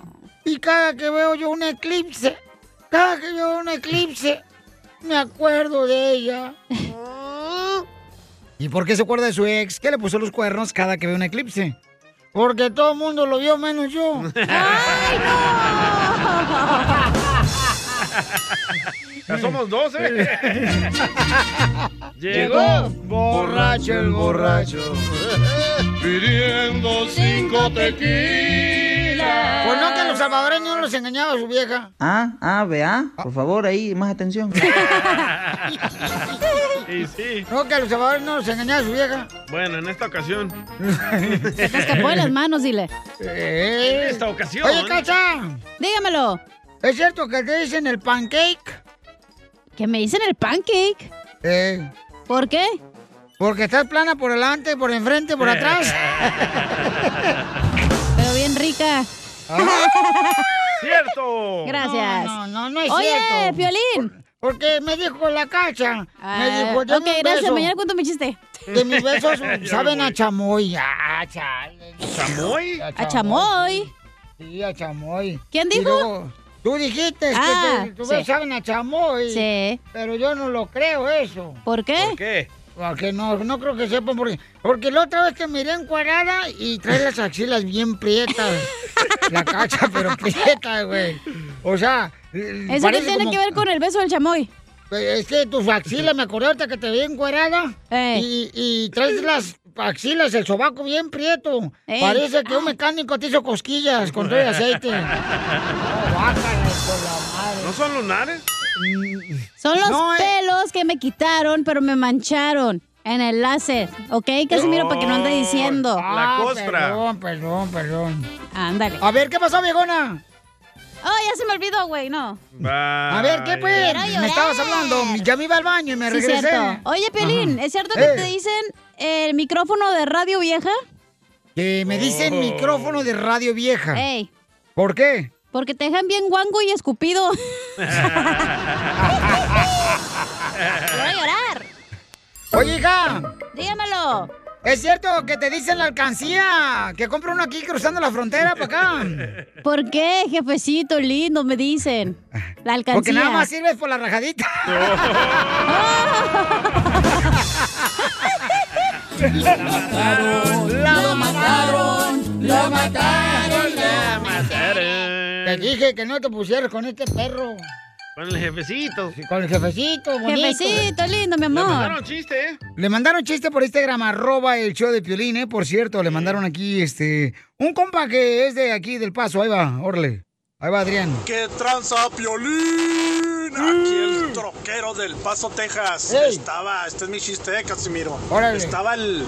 [SPEAKER 1] Y cada que veo yo un eclipse, cada que veo un eclipse, me acuerdo de ella. ¿Y por qué se acuerda de su ex que le puso los cuernos cada que ve un eclipse? Porque todo el mundo lo vio menos yo. ¡Ay,
[SPEAKER 4] Ya somos dos, ¿eh?
[SPEAKER 2] Llegó
[SPEAKER 1] borracho el borracho
[SPEAKER 2] pidiendo cinco tequilas.
[SPEAKER 1] Pues no que a los salvadoreños los engañaba su vieja.
[SPEAKER 7] Ah, ah, vea, por favor, ahí, más atención.
[SPEAKER 4] Y sí.
[SPEAKER 1] No que a los salvadoreños los engañaba su vieja.
[SPEAKER 4] Bueno, en esta ocasión.
[SPEAKER 3] Se te escapó de las manos, dile.
[SPEAKER 4] En esta ocasión.
[SPEAKER 1] Oye, Cacha.
[SPEAKER 3] Dígamelo.
[SPEAKER 1] ¿Es cierto que te dicen el pancake?
[SPEAKER 3] ¿Que me dicen el pancake?
[SPEAKER 1] Eh.
[SPEAKER 3] ¿Por qué?
[SPEAKER 1] Porque estás plana por delante, por enfrente, por atrás.
[SPEAKER 3] Pero bien rica. Ah.
[SPEAKER 4] ¡Cierto!
[SPEAKER 3] Gracias.
[SPEAKER 1] No, no, no, no es
[SPEAKER 3] Oye,
[SPEAKER 1] cierto.
[SPEAKER 3] Piolín.
[SPEAKER 1] Porque me dijo la cacha.
[SPEAKER 3] Ah,
[SPEAKER 1] me dijo, dame
[SPEAKER 3] ok,
[SPEAKER 1] un
[SPEAKER 3] gracias.
[SPEAKER 1] beso.
[SPEAKER 3] Mañana cuento mi chiste.
[SPEAKER 1] Que mis besos
[SPEAKER 3] Ya
[SPEAKER 1] saben
[SPEAKER 3] me
[SPEAKER 1] a
[SPEAKER 3] voy.
[SPEAKER 1] chamoy. Ah, chale.
[SPEAKER 4] ¿Chamoy?
[SPEAKER 3] A chamoy.
[SPEAKER 1] Sí, a chamoy.
[SPEAKER 3] ¿Quién
[SPEAKER 1] Y
[SPEAKER 3] dijo?
[SPEAKER 1] luego, tú dijiste
[SPEAKER 3] Ah,
[SPEAKER 1] que te- tus
[SPEAKER 3] sí.
[SPEAKER 1] besos saben a chamoy.
[SPEAKER 3] Sí.
[SPEAKER 1] Pero yo no lo creo eso.
[SPEAKER 3] ¿Por qué? ¿Por
[SPEAKER 4] qué?
[SPEAKER 1] Porque no, no creo que sepan porque... Porque la otra vez te miré encuadrada y traes las axilas bien prietas. la cacha, pero prieta, güey. O sea... eh,
[SPEAKER 3] ¿Eso qué tiene que ver con el beso del chamoy?
[SPEAKER 1] Pues, Es que tus axilas, me acordé ahorita que te vi encuerada
[SPEAKER 3] Eh.
[SPEAKER 1] y, y traes las axilas, el sobaco bien prieto.
[SPEAKER 3] Eh.
[SPEAKER 2] Ey.
[SPEAKER 1] Parece que un
[SPEAKER 3] Ah.
[SPEAKER 1] mecánico te hizo cosquillas con todo el aceite.
[SPEAKER 4] ¿No son lunares?
[SPEAKER 3] Son los
[SPEAKER 1] No, eh.
[SPEAKER 3] pelos que me quitaron, pero me mancharon en el láser. ¿Ok, Casimiro? Para que no ande diciendo.
[SPEAKER 1] Ah, Perdón, perdón, perdón.
[SPEAKER 3] Ándale.
[SPEAKER 1] A ver, ¿qué pasó, viejona?
[SPEAKER 3] Oh, ya se me olvidó, güey, no.
[SPEAKER 1] A ver, ¿qué pues?
[SPEAKER 3] Quiero llorar.
[SPEAKER 1] Me estabas hablando, ya me iba al baño y me
[SPEAKER 3] Sí,
[SPEAKER 1] regresé.
[SPEAKER 3] cierto. Oye, Pelín,
[SPEAKER 1] Ajá.
[SPEAKER 3] ¿es cierto que
[SPEAKER 1] Eh,
[SPEAKER 3] te dicen el micrófono de radio vieja?
[SPEAKER 1] Que me dicen
[SPEAKER 3] Oh.
[SPEAKER 1] micrófono de radio vieja.
[SPEAKER 3] Ey,
[SPEAKER 1] ¿Por qué?
[SPEAKER 3] porque te dejan bien guango y escupido.
[SPEAKER 2] Voy
[SPEAKER 3] a llorar.
[SPEAKER 1] Oye, hija,
[SPEAKER 3] Dígamelo.
[SPEAKER 1] ¿Es cierto que te dicen la alcancía? Ah, Que compra uno aquí cruzando la frontera para acá.
[SPEAKER 3] ¿Por qué, jefecito lindo? Me dicen. La alcancía.
[SPEAKER 1] Porque nada más sirves por la rajadita.
[SPEAKER 2] La mataron, la mataron, la mataron, la mataron.
[SPEAKER 1] Te dije que no te pusieras con este perro.
[SPEAKER 4] Con el jefecito.
[SPEAKER 1] Con el jefecito, bonito.
[SPEAKER 3] Jefecito lindo, mi amor.
[SPEAKER 4] Le mandaron chiste, ¿eh?
[SPEAKER 1] Le mandaron chiste por Instagram, arroba el show de Piolín, ¿eh? Por cierto, le mandaron aquí, este... Un compa que es de aquí, del Paso. Ahí va, Orle. Ahí va, Adrián.
[SPEAKER 23] ¡Qué tranza, Piolín! Aquí
[SPEAKER 1] Mm.
[SPEAKER 23] el troquero del Paso, Texas. Estaba, este es mi chiste, eh, Casimiro. Órale. Estaba el,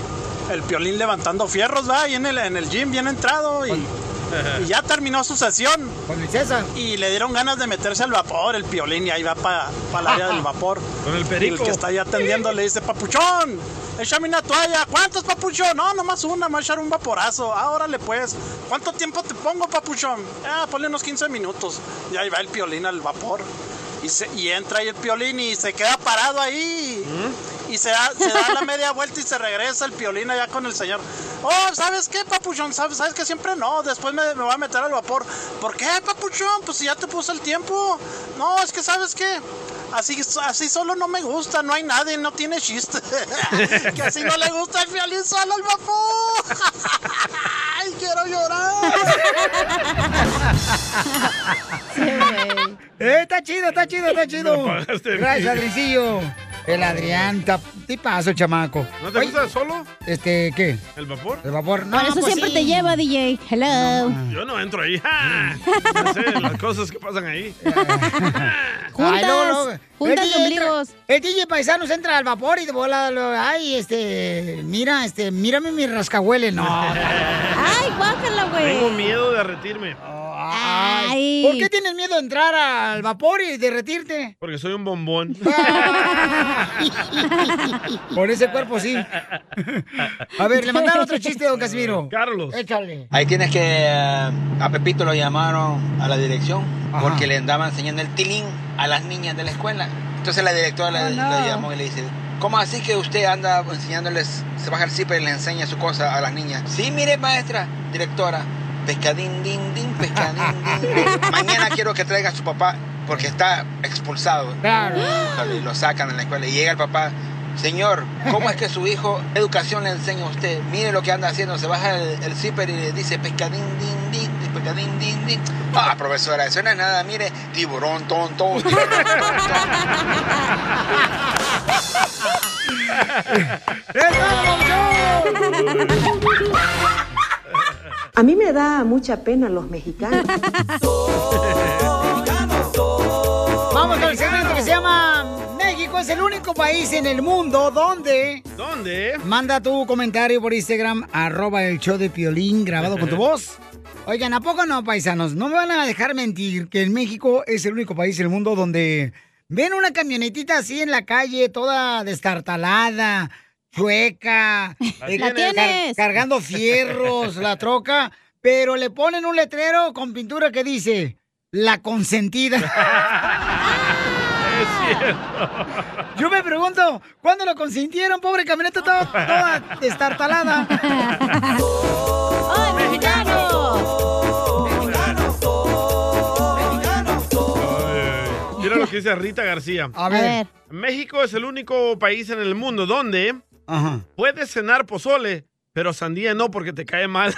[SPEAKER 23] el Piolín levantando fierros, va, ahí en el, en el gym, bien entrado. Y, y ya terminó su sesión.
[SPEAKER 1] Con el
[SPEAKER 23] Y le dieron ganas de meterse al vapor, el Piolín, y ahí va para el área del vapor.
[SPEAKER 4] Con el
[SPEAKER 23] Y el
[SPEAKER 4] perico.
[SPEAKER 23] que está ahí atendiendo le dice, papuchón, échame una toalla. ¿Cuántos, papuchón? No, nomás una, más echar un vaporazo. Ahora le pues. ¿Cuánto tiempo te pongo, papuchón? Ah, ponle unos 15 minutos. Y ahí va el piolín al vapor. Y, se- y entra ahí el piolín y se queda parado ahí.
[SPEAKER 4] ¿Mm?
[SPEAKER 23] Y se da, se da la media vuelta y se regresa el piolín allá con el señor. Oh, ¿sabes qué, papuchón? ¿Sabes, sabes que siempre no? Después me, me voy a meter al vapor. ¿Por qué, papuchón? Pues si ya te puse el tiempo. No, es que ¿sabes qué? Así, así solo no me gusta, no hay nadie, no tiene chiste. que así no le gusta el violín solo al vapor. ¡Ay, quiero llorar!
[SPEAKER 1] Eh, está chido, está chido, está chido.
[SPEAKER 2] pagaste bien.
[SPEAKER 1] Gracias, Adrincillo. El Adrián, ta- tipazo el chamaco.
[SPEAKER 4] ¿No te
[SPEAKER 1] Oye,
[SPEAKER 4] gusta solo?
[SPEAKER 1] Este, ¿qué?
[SPEAKER 4] ¿El vapor?
[SPEAKER 1] El vapor. No,
[SPEAKER 3] Por eso
[SPEAKER 1] pues
[SPEAKER 3] siempre
[SPEAKER 1] sí.
[SPEAKER 3] te lleva, DJ. Hello.
[SPEAKER 4] Yo no entro ahí. ¡Ja! No sé las cosas que pasan ahí.
[SPEAKER 1] Ay, luego, luego. El
[SPEAKER 3] juntas
[SPEAKER 1] DJ entra-
[SPEAKER 3] ombligos.
[SPEAKER 1] el DJ paisanos entra al vapor y de bola, lo- ay, este, mira, este, mírame mi rascahuele, no.
[SPEAKER 3] Ay, guácala, güey.
[SPEAKER 4] Tengo miedo de derretirme.
[SPEAKER 1] Ay. ¿Por qué tienes miedo a entrar al vapor y derretirte?
[SPEAKER 4] Porque soy un bombón.
[SPEAKER 1] Por ese cuerpo sí. A ver, le mandaron otro chiste, don Casimiro.
[SPEAKER 4] Carlos.
[SPEAKER 1] Échale.
[SPEAKER 9] Ahí tienes que eh, a Pepito lo llamaron a la dirección porque le andaban enseñando el tilín a
[SPEAKER 1] Ah,
[SPEAKER 9] las niñas de la escuela. Entonces la directora le-
[SPEAKER 24] Oh,
[SPEAKER 9] lo
[SPEAKER 24] no.
[SPEAKER 9] llamó y le dice, ¿cómo así que usted anda enseñándoles, se baja el zipper y le enseña su cosa a las niñas? Sí, mire maestra, directora, pescadín, din, din, pescadín, din, din. Mañana quiero que traiga a su papá porque está expulsado. Y Lo sacan en la escuela y llega el papá. Señor, ¿cómo es que su hijo educación le enseña a usted? Mire lo que anda haciendo, se baja el, el zipper y le dice pescadín, din, din, din, pescadín, din, din. Ah, profesora, eso no es nada, mire, tiburón, ton, ton, tiburón, ton, ton".
[SPEAKER 25] A mí me da mucha pena los mexicanos.
[SPEAKER 1] Vamos con el segmento que se llama México es el único país en el mundo donde...
[SPEAKER 4] ¿Dónde?
[SPEAKER 1] Manda tu comentario por Instagram, arroba el show de Piolín, grabado con tu voz. Oigan, ¿a poco no, paisanos? No me van a dejar mentir que en México es el único país del mundo donde ven una camionetita así en la calle, toda destartalada, chueca,
[SPEAKER 2] La
[SPEAKER 1] eh, car-
[SPEAKER 2] tienes.
[SPEAKER 1] cargando fierros, la troca, pero le ponen un letrero con pintura que dice, la consentida. Yo me pregunto, ¿cuándo lo consintieron? Pobre camioneta estaba toda destartalada. ¡Ay, mexicano!
[SPEAKER 4] Mira lo que dice Rita García.
[SPEAKER 1] A ver. A ver.
[SPEAKER 4] México es el único país en el mundo donde puedes cenar pozole, pero sandía no porque te cae mal.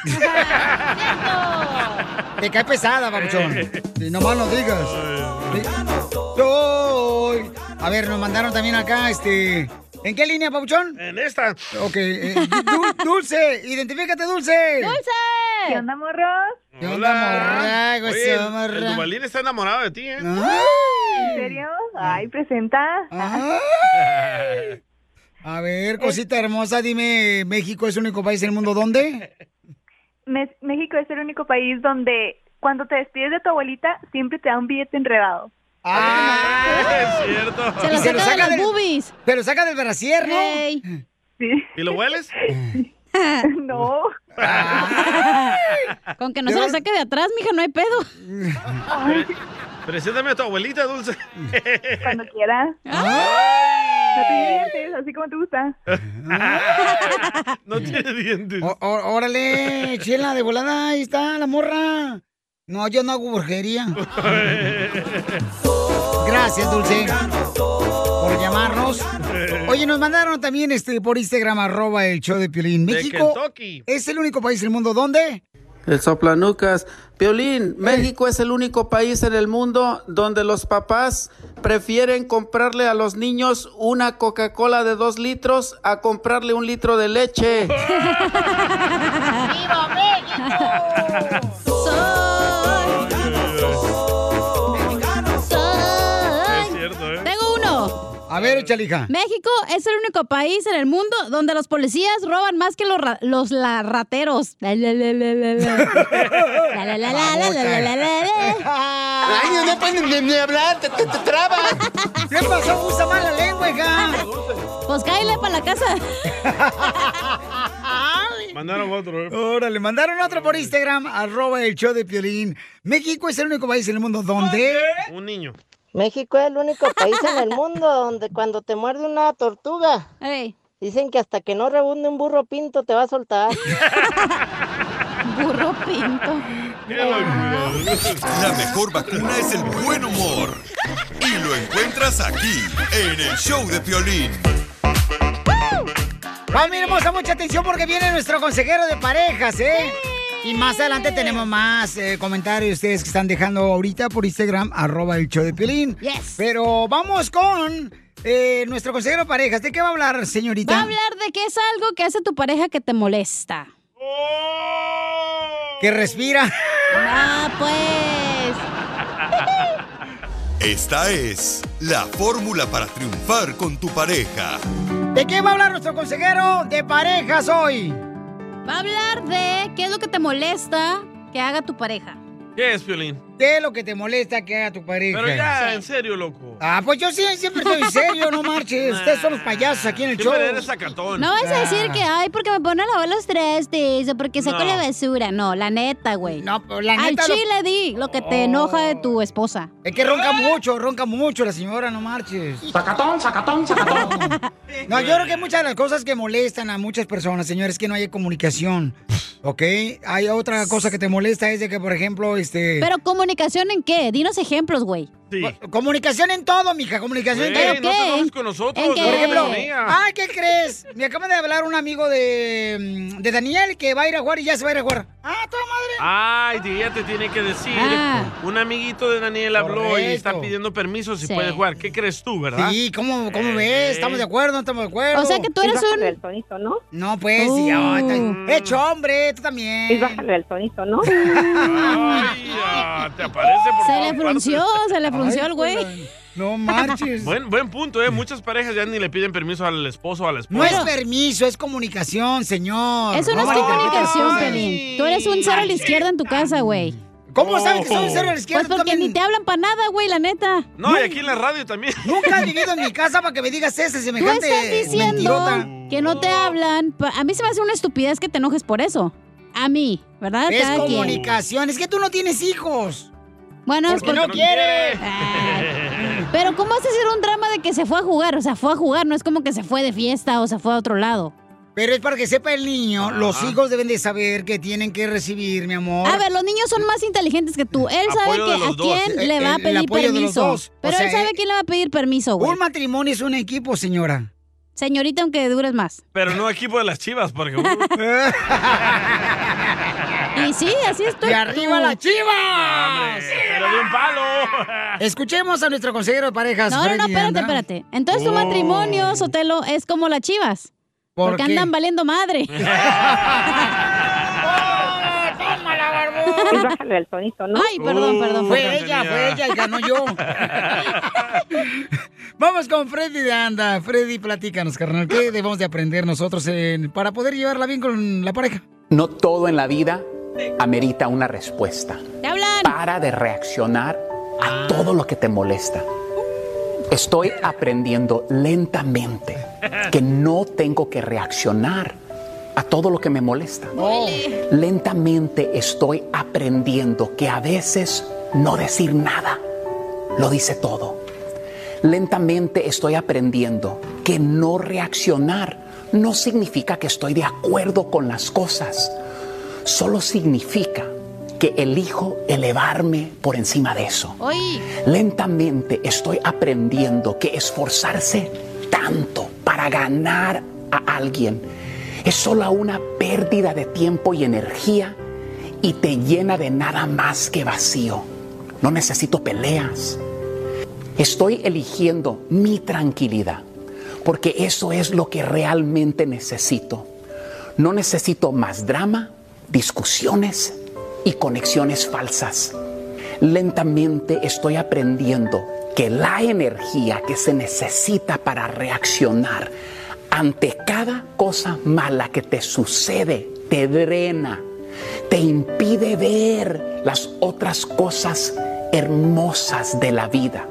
[SPEAKER 1] Te cae pesada, babuchón.
[SPEAKER 4] Eh.
[SPEAKER 1] Y nomás lo digas. Soy. A ver, nos mandaron también acá, este. ¿En qué línea, babuchón?
[SPEAKER 4] En esta.
[SPEAKER 1] Ok. eh, Du- dulce, identifícate, Dulce.
[SPEAKER 3] ¡Dulce!
[SPEAKER 1] ¿Qué onda, morros? ¿Qué onda, morra? Pues, Güey,
[SPEAKER 4] Oye,
[SPEAKER 1] se
[SPEAKER 4] el,
[SPEAKER 1] llama
[SPEAKER 4] el
[SPEAKER 1] ra- Ah.
[SPEAKER 4] Dubalín está enamorado de ti, ¿eh?
[SPEAKER 25] ¿En serio? Ay, presenta.
[SPEAKER 1] Ah. A ver, cosita hermosa, dime, ¿México es el único país del mundo donde?
[SPEAKER 25] Me- México es el único país donde cuando te despides de tu abuelita siempre te da un billete enredado.
[SPEAKER 4] Es cierto.
[SPEAKER 25] Se lo saca de las
[SPEAKER 3] boobies.
[SPEAKER 1] Se lo saca del brasier, ¿no?
[SPEAKER 25] Sí.
[SPEAKER 4] ¿Y lo hueles?
[SPEAKER 25] no.
[SPEAKER 3] Con que no se lo saque de atrás, mija, no hay pedo.
[SPEAKER 4] Eh, Preséntame a tu abuelita, Dulce.
[SPEAKER 1] Ah.
[SPEAKER 25] Cuando quiera. No tiene dientes, así como te gusta.
[SPEAKER 4] No tiene dientes.
[SPEAKER 1] órale, chela de volada, ahí está la morra. No, yo no hago brujería. Gracias, Dulce, por llamarnos. Oye, nos mandaron también este por Instagram, arroba el show de Piolín.
[SPEAKER 2] De
[SPEAKER 1] México
[SPEAKER 2] Kentucky.
[SPEAKER 1] es el único país del mundo donde...
[SPEAKER 24] El soplanucas. Piolín, México es el único país en el mundo donde los papás prefieren comprarle a los niños una Coca-Cola de dos litros a comprarle un litro de leche.
[SPEAKER 2] ¡Viva México! ¿eh?
[SPEAKER 3] Tengo uno.
[SPEAKER 1] A ver, Chalija.
[SPEAKER 3] México es el único país en el mundo donde los policías roban más que los, ra- los la- rateros. La, la, la, la, la, la. La, la, la, la, la, la, la, la, la.
[SPEAKER 2] Ay, no pueden ni, ni hablar, te, te, te trabas.
[SPEAKER 1] ¿Qué pasó? Usa mala lengua, hija.
[SPEAKER 3] Pues cállale para la casa.
[SPEAKER 4] Mandaron otro, ¿eh?
[SPEAKER 1] Órale, mandaron otro por Instagram, arroba el show de Piolín. México es el único país en el mundo donde...
[SPEAKER 4] Un niño.
[SPEAKER 11] México es el único país en el mundo donde cuando te muerde una tortuga, dicen que hasta que no rebunde un burro pinto te va a soltar. burro pinto.
[SPEAKER 5] La mejor vacuna es el buen humor. Y lo encuentras aquí, en el show de Piolín.
[SPEAKER 1] Familia hermosa, mucha atención porque viene nuestro consejero de parejas, ¿eh? Y más adelante tenemos más eh, comentarios ustedes que están dejando ahorita por Instagram, arroba el show de Piolín. Pero vamos con eh, nuestro consejero de parejas. ¿De qué va a hablar, señorita?
[SPEAKER 3] Va a hablar de que es algo que hace tu pareja que te molesta.
[SPEAKER 1] Que respira.
[SPEAKER 3] Ah, pues.
[SPEAKER 5] Esta es la fórmula para triunfar con tu pareja.
[SPEAKER 1] ¿De qué va a hablar nuestro consejero de parejas hoy?
[SPEAKER 3] Va a hablar de qué es lo que te molesta que haga tu pareja.
[SPEAKER 4] ¿Qué es, Piolín?
[SPEAKER 1] ¿Qué es lo que te molesta que haga tu pareja?
[SPEAKER 4] Pero ya, en serio, loco.
[SPEAKER 1] Ah, pues yo sí, siempre estoy serio, no marches. Ustedes son los payasos aquí en el show. Ah.
[SPEAKER 4] Siempre eres sacatón.
[SPEAKER 3] No vas a decir que, ay, porque me pone a lavar los trastes o porque saco
[SPEAKER 4] No.
[SPEAKER 3] la basura. No, la neta, güey.
[SPEAKER 1] No, la neta,
[SPEAKER 3] Al
[SPEAKER 1] lo-
[SPEAKER 3] chile di lo que te enoja de tu esposa.
[SPEAKER 1] Es que ronca mucho, ronca mucho la señora, no marches. Sacatón, sacatón, sacatón. No, yo creo que muchas de las cosas que molestan a muchas personas, señores, es que no hay comunicación. ¿Ok? Hay otra cosa que te molesta, es de que, por ejemplo, este.
[SPEAKER 3] Pero comunicación en qué? Dinos ejemplos, güey.
[SPEAKER 4] Sí.
[SPEAKER 1] Comunicación en todo, mija, comunicación en
[SPEAKER 4] Güey,
[SPEAKER 1] todo.
[SPEAKER 4] no te enojes con nosotros,
[SPEAKER 3] ¿En qué?
[SPEAKER 1] Por ejemplo,
[SPEAKER 4] Mía.
[SPEAKER 1] ay, ¿qué crees? Me acaba de hablar un amigo de, mm, de Daniel que va a ir a jugar y ya se va a ir a jugar. Ah, toda madre.
[SPEAKER 4] Ay, de- ya te tiene que decir.
[SPEAKER 1] Ah.
[SPEAKER 4] Un amiguito de Daniel habló y
[SPEAKER 1] Correcto.
[SPEAKER 4] está pidiendo permiso si
[SPEAKER 1] Sí.
[SPEAKER 4] puede jugar. ¿Qué crees tú, verdad?
[SPEAKER 1] Sí, ¿cómo,
[SPEAKER 4] Eh.
[SPEAKER 1] cómo ves? ¿Estamos de acuerdo? ¿No estamos de acuerdo?
[SPEAKER 3] O sea que tú eres un- Uh.
[SPEAKER 1] el tonito, ¿no? No, pues, sí, ay, está- hecho hombre, tú también. Es bajarle el tonito, ¿no?
[SPEAKER 4] Ay, ya, te aparece por
[SPEAKER 3] Se
[SPEAKER 4] todas
[SPEAKER 3] le frunció,
[SPEAKER 4] partes.
[SPEAKER 3] se le frunció el güey.
[SPEAKER 1] No
[SPEAKER 4] Buen, buen punto, ¿eh? Muchas parejas ya ni le piden permiso al esposo o a la
[SPEAKER 1] No es
[SPEAKER 4] esposa.
[SPEAKER 1] permiso, es comunicación, señor.
[SPEAKER 3] Eso no, es
[SPEAKER 1] malinterpretes las
[SPEAKER 3] comunicación,
[SPEAKER 1] cosas.
[SPEAKER 3] Pelín. Tú eres un cero a la izquierda en tu casa, güey.
[SPEAKER 1] ¿Cómo sabes que soy un cero a la izquierda?
[SPEAKER 3] Pues porque ni te hablan para nada, güey, la neta.
[SPEAKER 4] No, y aquí en la radio también.
[SPEAKER 1] Nunca has vivido en mi casa para que me digas ese
[SPEAKER 3] Tú
[SPEAKER 1] semejante
[SPEAKER 3] estás diciendo
[SPEAKER 1] mentirota.
[SPEAKER 3] que no te hablan. pa- A mí se me hace una estupidez que te enojes por eso. A mí, ¿verdad?
[SPEAKER 1] Es
[SPEAKER 3] Cada quien.
[SPEAKER 1] comunicación. Es que tú no tienes hijos.
[SPEAKER 3] Bueno, es
[SPEAKER 1] porque no
[SPEAKER 3] porque-
[SPEAKER 1] quieres.
[SPEAKER 3] Pero ¿cómo haces hacer un drama de que se fue a jugar? O sea, fue a jugar, no es como que se fue de fiesta o se fue a otro lado.
[SPEAKER 1] Pero es para que sepa el niño,
[SPEAKER 4] Ah.
[SPEAKER 1] los hijos deben de saber que tienen que recibir, mi amor.
[SPEAKER 3] A ver, los niños son más inteligentes que tú. Él sabe
[SPEAKER 1] Apoyo de
[SPEAKER 3] que
[SPEAKER 1] los
[SPEAKER 3] a
[SPEAKER 1] dos.
[SPEAKER 3] quién
[SPEAKER 1] Eh,
[SPEAKER 3] le va a
[SPEAKER 1] el- el
[SPEAKER 3] pedir
[SPEAKER 1] apoyo de los
[SPEAKER 3] permiso.
[SPEAKER 1] dos. O
[SPEAKER 3] Pero él
[SPEAKER 1] sea,
[SPEAKER 3] sabe
[SPEAKER 1] eh,
[SPEAKER 3] quién le va a pedir permiso, güey.
[SPEAKER 1] Un matrimonio es un equipo, señora.
[SPEAKER 3] Señorita, aunque dures más.
[SPEAKER 4] Pero no equipo de las chivas, porque.
[SPEAKER 3] Y sí, así es tu-
[SPEAKER 1] ¡Y arriba
[SPEAKER 3] tu-
[SPEAKER 1] las chivas!
[SPEAKER 4] ¡Pero de un palo!
[SPEAKER 1] Escuchemos a nuestro consejero de parejas.
[SPEAKER 3] No, no, no,
[SPEAKER 1] Freddy
[SPEAKER 3] espérate,
[SPEAKER 1] Anda.
[SPEAKER 3] espérate. Entonces tu
[SPEAKER 1] Oh.
[SPEAKER 3] matrimonio, Sotelo, es como las chivas.
[SPEAKER 1] ¿Por
[SPEAKER 3] porque
[SPEAKER 1] qué?
[SPEAKER 3] andan valiendo madre.
[SPEAKER 22] Pues
[SPEAKER 11] Bájale el tonito, ¿no?
[SPEAKER 3] Ay, perdón,
[SPEAKER 1] Uh.
[SPEAKER 3] perdón.
[SPEAKER 1] Fue
[SPEAKER 3] perdón.
[SPEAKER 1] ella, fue ella y ganó yo. Vamos con Freddy de Anda. Freddy, platícanos, carnal. ¿Qué debemos de aprender nosotros en- para poder llevarla bien con la pareja?
[SPEAKER 13] No todo en la vida amerita una respuesta. Para de reaccionar a todo lo que te molesta. Estoy aprendiendo lentamente que no tengo que reaccionar a todo lo que me molesta. Lentamente estoy aprendiendo que a veces no decir nada lo dice todo. Lentamente estoy aprendiendo que que no reaccionar no significa que estoy de acuerdo con las cosas, solo significa que elijo elevarme por encima de eso.
[SPEAKER 3] Hoy.
[SPEAKER 13] Lentamente estoy aprendiendo que esforzarse tanto para ganar a alguien es solo una pérdida de tiempo y energía y te llena de nada más que vacío. No necesito peleas. Estoy eligiendo mi tranquilidad porque eso es lo que realmente necesito. No necesito más drama, discusiones y conexiones falsas. Lentamente estoy aprendiendo que la energía que se necesita para reaccionar ante cada cosa mala que te sucede te drena, te impide ver las otras cosas hermosas de la vida.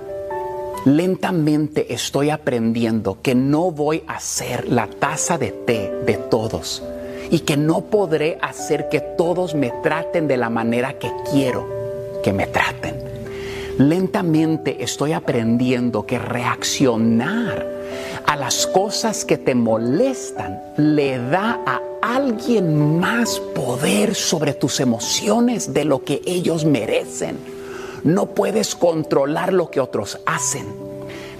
[SPEAKER 13] Lentamente estoy aprendiendo que no voy a ser la taza de té de todos y que no podré hacer que todos me traten de la manera que quiero que me traten. Lentamente estoy aprendiendo que reaccionar a las cosas que te molestan le da a alguien más poder sobre tus emociones de lo que ellos merecen. No puedes controlar lo que otros hacen,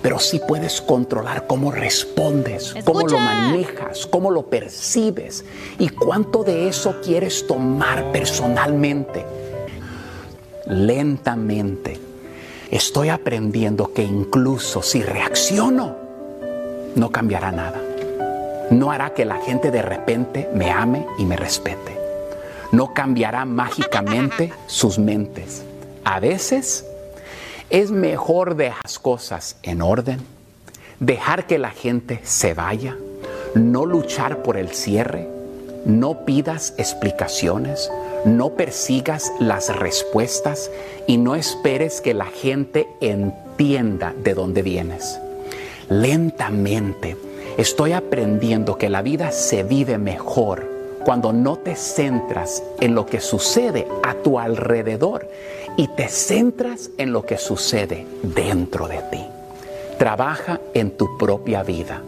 [SPEAKER 13] pero sí puedes controlar cómo respondes, cómo lo manejas, cómo lo percibes y cuánto de eso quieres tomar personalmente. Lentamente estoy aprendiendo que incluso si reacciono, no cambiará nada. No hará que la gente de repente me ame y me respete. No cambiará mágicamente sus mentes. A veces es mejor dejar las cosas en orden, dejar que la gente se vaya, no luchar por el cierre, no pidas explicaciones, no persigas las respuestas y no esperes que la gente entienda de dónde vienes. Lentamente estoy aprendiendo que la vida se vive mejor cuando no te centras en lo que sucede a tu alrededor y te centras en lo que sucede dentro de ti. Trabaja en tu propia vida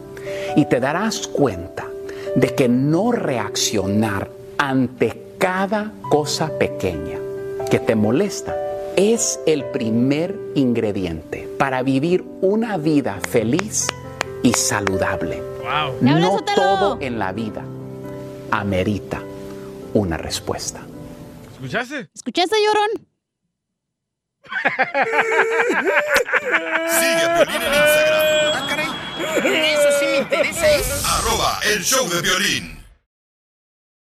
[SPEAKER 13] y te darás cuenta de que no reaccionar ante cada cosa pequeña que te molesta es el primer ingrediente para vivir una vida feliz y saludable. No todo en la vida amerita una respuesta.
[SPEAKER 4] ¿Escuchaste?
[SPEAKER 3] ¿Escuchaste, llorón?
[SPEAKER 5] Sigue a Piolín en Instagram.
[SPEAKER 2] Eso sí me interesa, ¿eh?
[SPEAKER 5] Arroba el show de violín.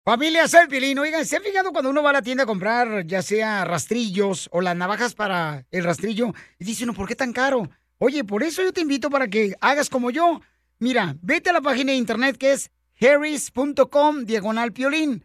[SPEAKER 1] Familia, soy el Piolín. Oigan, ¿se han fijado cuando uno va a la tienda a comprar ya sea rastrillos o las navajas para el rastrillo? Y dice uno, ¿por qué tan caro? Oye, por eso yo te invito para que hagas como yo. Mira, vete a la página de internet que es harris.com diagonal piolín.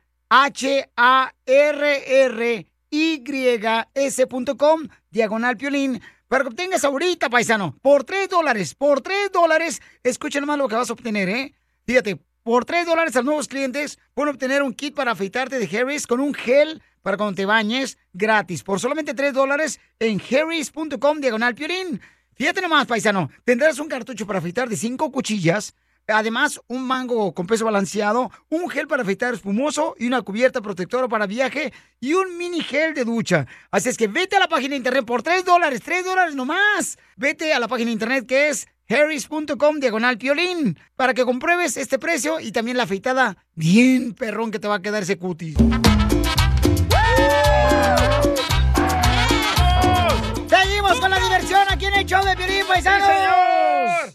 [SPEAKER 1] H-A-R-R-Y-S.com diagonal piolín. Para que obtengas ahorita, paisano, por 3 dólares, por 3 dólares, escuchen más lo que vas a obtener, ¿eh? Fíjate, por 3 dólares a nuevos clientes pueden obtener un kit para afeitarte de Harris con un gel para cuando te bañes gratis. Por solamente 3 dólares en harris.com diagonal piolín. Fíjate nomás, paisano, tendrás un cartucho para afeitar de 5 cuchillas, Además, un mango con peso balanceado, un gel para afeitar espumoso y una cubierta protectora para viaje y un mini gel de ducha. Así es que vete a la página de internet por 3 dólares, 3 dólares nomás. Vete a la página de internet que es harris.com diagonal piolín para que compruebes este precio y también la afeitada bien perrón que te va a quedar ese cutis. Seguimos con la diversión aquí en el show de Piolín, paisanos.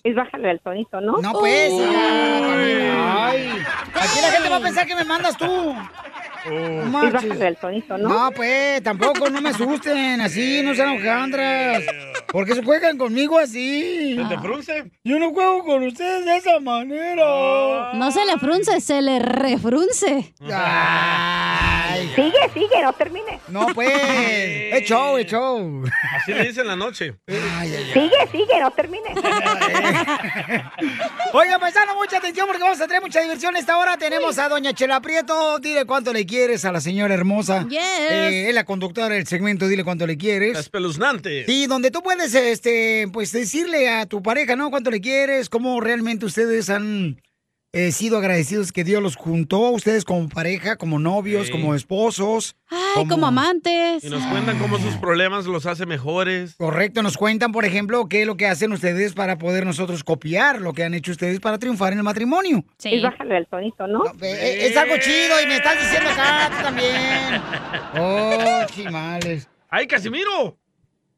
[SPEAKER 12] Es bájale al tonito, ¿no?
[SPEAKER 1] No, pues. ya, también. Ay. Aquí la gente va a pensar que me mandas tú.
[SPEAKER 25] Oh.
[SPEAKER 1] No
[SPEAKER 12] Es
[SPEAKER 1] marches.
[SPEAKER 12] bájale al tonito, ¿no?
[SPEAKER 1] No, pues, tampoco, no me asusten, así, no sean hojandras. ¿Por qué se juegan conmigo así?
[SPEAKER 3] ¿Se te
[SPEAKER 4] frunce?
[SPEAKER 1] Yo no juego con ustedes de esa manera.
[SPEAKER 3] No se le frunce, se le refrunce.
[SPEAKER 25] Sigue, sigue, no termine.
[SPEAKER 1] No, pues. Es show, es show.
[SPEAKER 4] Así le dicen en la noche.
[SPEAKER 25] Sigue, sigue, no termine.
[SPEAKER 1] Oiga, paisano, mucha atención porque vamos a tener mucha diversión. Esta hora tenemos a Doña Chela Prieto. Dile cuánto le quieres a la señora hermosa.
[SPEAKER 4] Yes.
[SPEAKER 1] Eh, es la conductora del segmento. Dile cuánto le
[SPEAKER 4] Está
[SPEAKER 1] quieres.
[SPEAKER 4] espeluznante.
[SPEAKER 1] Sí, donde tú puedes, este, pues decirle a tu pareja, ¿no? Cuánto le quieres, cómo realmente ustedes han eh, sido agradecidos que Dios los juntó a ustedes como pareja, como novios,
[SPEAKER 4] Sí.
[SPEAKER 1] como esposos.
[SPEAKER 3] Ay, como amantes.
[SPEAKER 4] Y nos cuentan cómo sus problemas los hace mejores.
[SPEAKER 1] Correcto, nos cuentan, por ejemplo, qué es lo que hacen ustedes para poder nosotros copiar lo que han hecho ustedes para triunfar en el matrimonio.
[SPEAKER 25] Y bájale el tonito, ¿no?
[SPEAKER 1] Eh, Es algo chido y me estás diciendo acá tú también. Oh, chimales.
[SPEAKER 4] ¡Ay, Casimiro!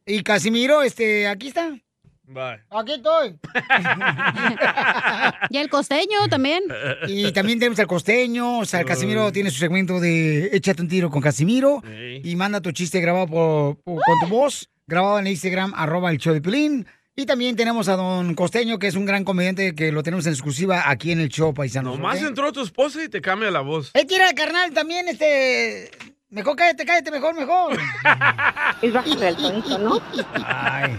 [SPEAKER 1] Y Casimiro, este, aquí está. Aquí estoy.
[SPEAKER 3] Y el costeño también.
[SPEAKER 1] Y también tenemos al costeño, o sea, el Casimiro tiene su segmento de Échate un tiro con Casimiro y manda tu chiste grabado por, por- con tu voz, grabado en Instagram, arroba el show de Pilín. Y también tenemos a don Costeño, que es un gran comediante que lo tenemos en exclusiva aquí en el show, paisano.
[SPEAKER 4] Nomás entró tu esposa y te cambia la voz.
[SPEAKER 1] Es que era carnal también, este. Mejor cállate, cállate, mejor, mejor. Es bájale el tonito, ¿no? Ay.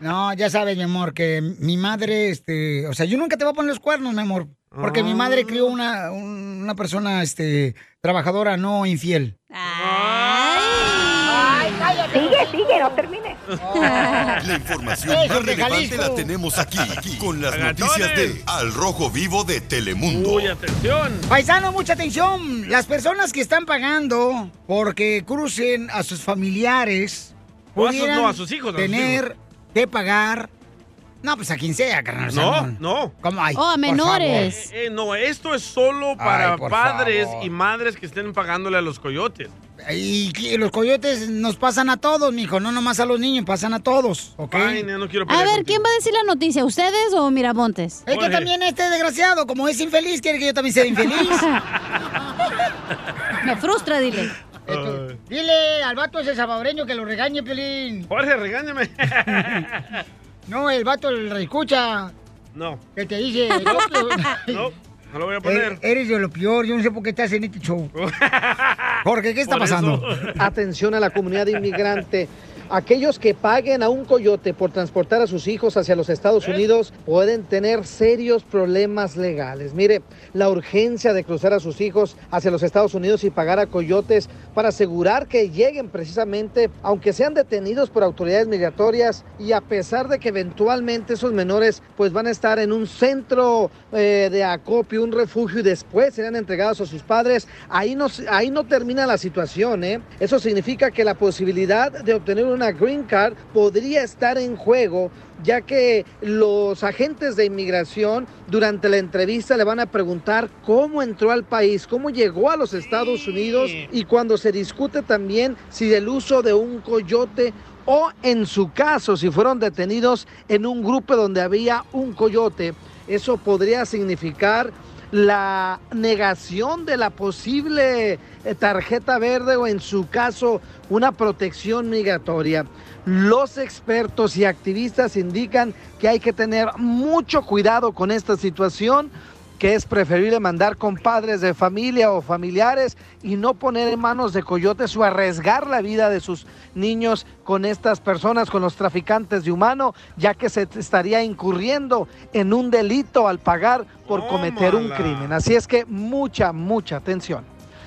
[SPEAKER 1] No, ya sabes, mi amor, que mi madre, este. O sea, yo nunca te voy a poner los cuernos, mi amor. Porque mi madre crió una, un- una persona, este. Trabajadora, no infiel.
[SPEAKER 25] Ay, cállate. Sigue, sigue, no termine.
[SPEAKER 5] La información
[SPEAKER 25] Eso
[SPEAKER 5] más
[SPEAKER 25] de
[SPEAKER 5] relevante
[SPEAKER 25] Jalisco.
[SPEAKER 5] la tenemos aquí, aquí, con las noticias de Al Rojo Vivo de Telemundo.
[SPEAKER 1] Paisano, mucha atención. Las personas que están pagando porque crucen a sus familiares.
[SPEAKER 4] O a sus-
[SPEAKER 1] pudieran
[SPEAKER 4] no, a sus hijos, a sus
[SPEAKER 1] Tener que pagar. No, pues a quien sea, carnal. o sea,
[SPEAKER 4] No, no.
[SPEAKER 1] ¿Cómo hay?
[SPEAKER 3] Oh,
[SPEAKER 4] Eh, eh, no, esto es solo para
[SPEAKER 1] Oh, Ay, por
[SPEAKER 4] padres
[SPEAKER 1] favor.
[SPEAKER 4] y madres que estén pagándole a los coyotes.
[SPEAKER 1] Y que los coyotes nos pasan a todos, mijo. No nomás a los niños, pasan a todos, ¿ok?
[SPEAKER 4] Ay, no, no quiero
[SPEAKER 3] A
[SPEAKER 4] pelear
[SPEAKER 3] ver, ¿quién va a decir la noticia? ¿Ustedes o Miramontes?
[SPEAKER 1] Es que también este desgraciado, como es infeliz, quiere que yo también sea infeliz.
[SPEAKER 3] Me frustra, dile.
[SPEAKER 1] Dile al vato ese salvadoreño que lo regañe, Pelín.
[SPEAKER 4] Jorge, regáñame.
[SPEAKER 1] no, el vato el escucha.
[SPEAKER 4] No.
[SPEAKER 1] Que te dice.
[SPEAKER 4] No, no lo voy a poner.
[SPEAKER 1] Eh, Eres de lo peor, yo no sé por qué estás en este show. Jorge, ¿qué está
[SPEAKER 4] Por eso.
[SPEAKER 1] pasando?
[SPEAKER 6] Atención a la comunidad inmigrante. Aquellos que paguen a un coyote por transportar a sus hijos hacia los
[SPEAKER 4] ¿Eh?
[SPEAKER 6] Estados Unidos pueden tener serios problemas legales. Mire, la urgencia de cruzar a sus hijos hacia los Estados Unidos y pagar a coyotes para asegurar que lleguen precisamente, aunque sean detenidos por autoridades migratorias y a pesar de que eventualmente esos menores pues van a estar en un centro eh, de acopio, un refugio y después serán entregados a sus padres, ahí no, se- Pues, ahí no termina la situación. ¿eh? Eso significa que la posibilidad de obtener una green card podría estar en juego ya que los agentes de inmigración durante la entrevista le van a preguntar cómo entró al país, cómo llegó a los Estados Unidos y cuando se discute también si el uso de un coyote o en su caso si fueron detenidos en un grupo donde había un coyote. Eso podría significar la negación de la posible eh, tarjeta verde o en su caso una protección migratoria. Los expertos y activistas indican que hay que tener mucho cuidado con esta situación que es preferible mandar con padres de familia o familiares y no poner en manos de coyotes o arriesgar la vida de sus niños con estas personas, con los traficantes de humano, ya que se estaría incurriendo en un delito al pagar por cometer un
[SPEAKER 4] Tómala.
[SPEAKER 6] crimen. Así es que mucha, mucha atención.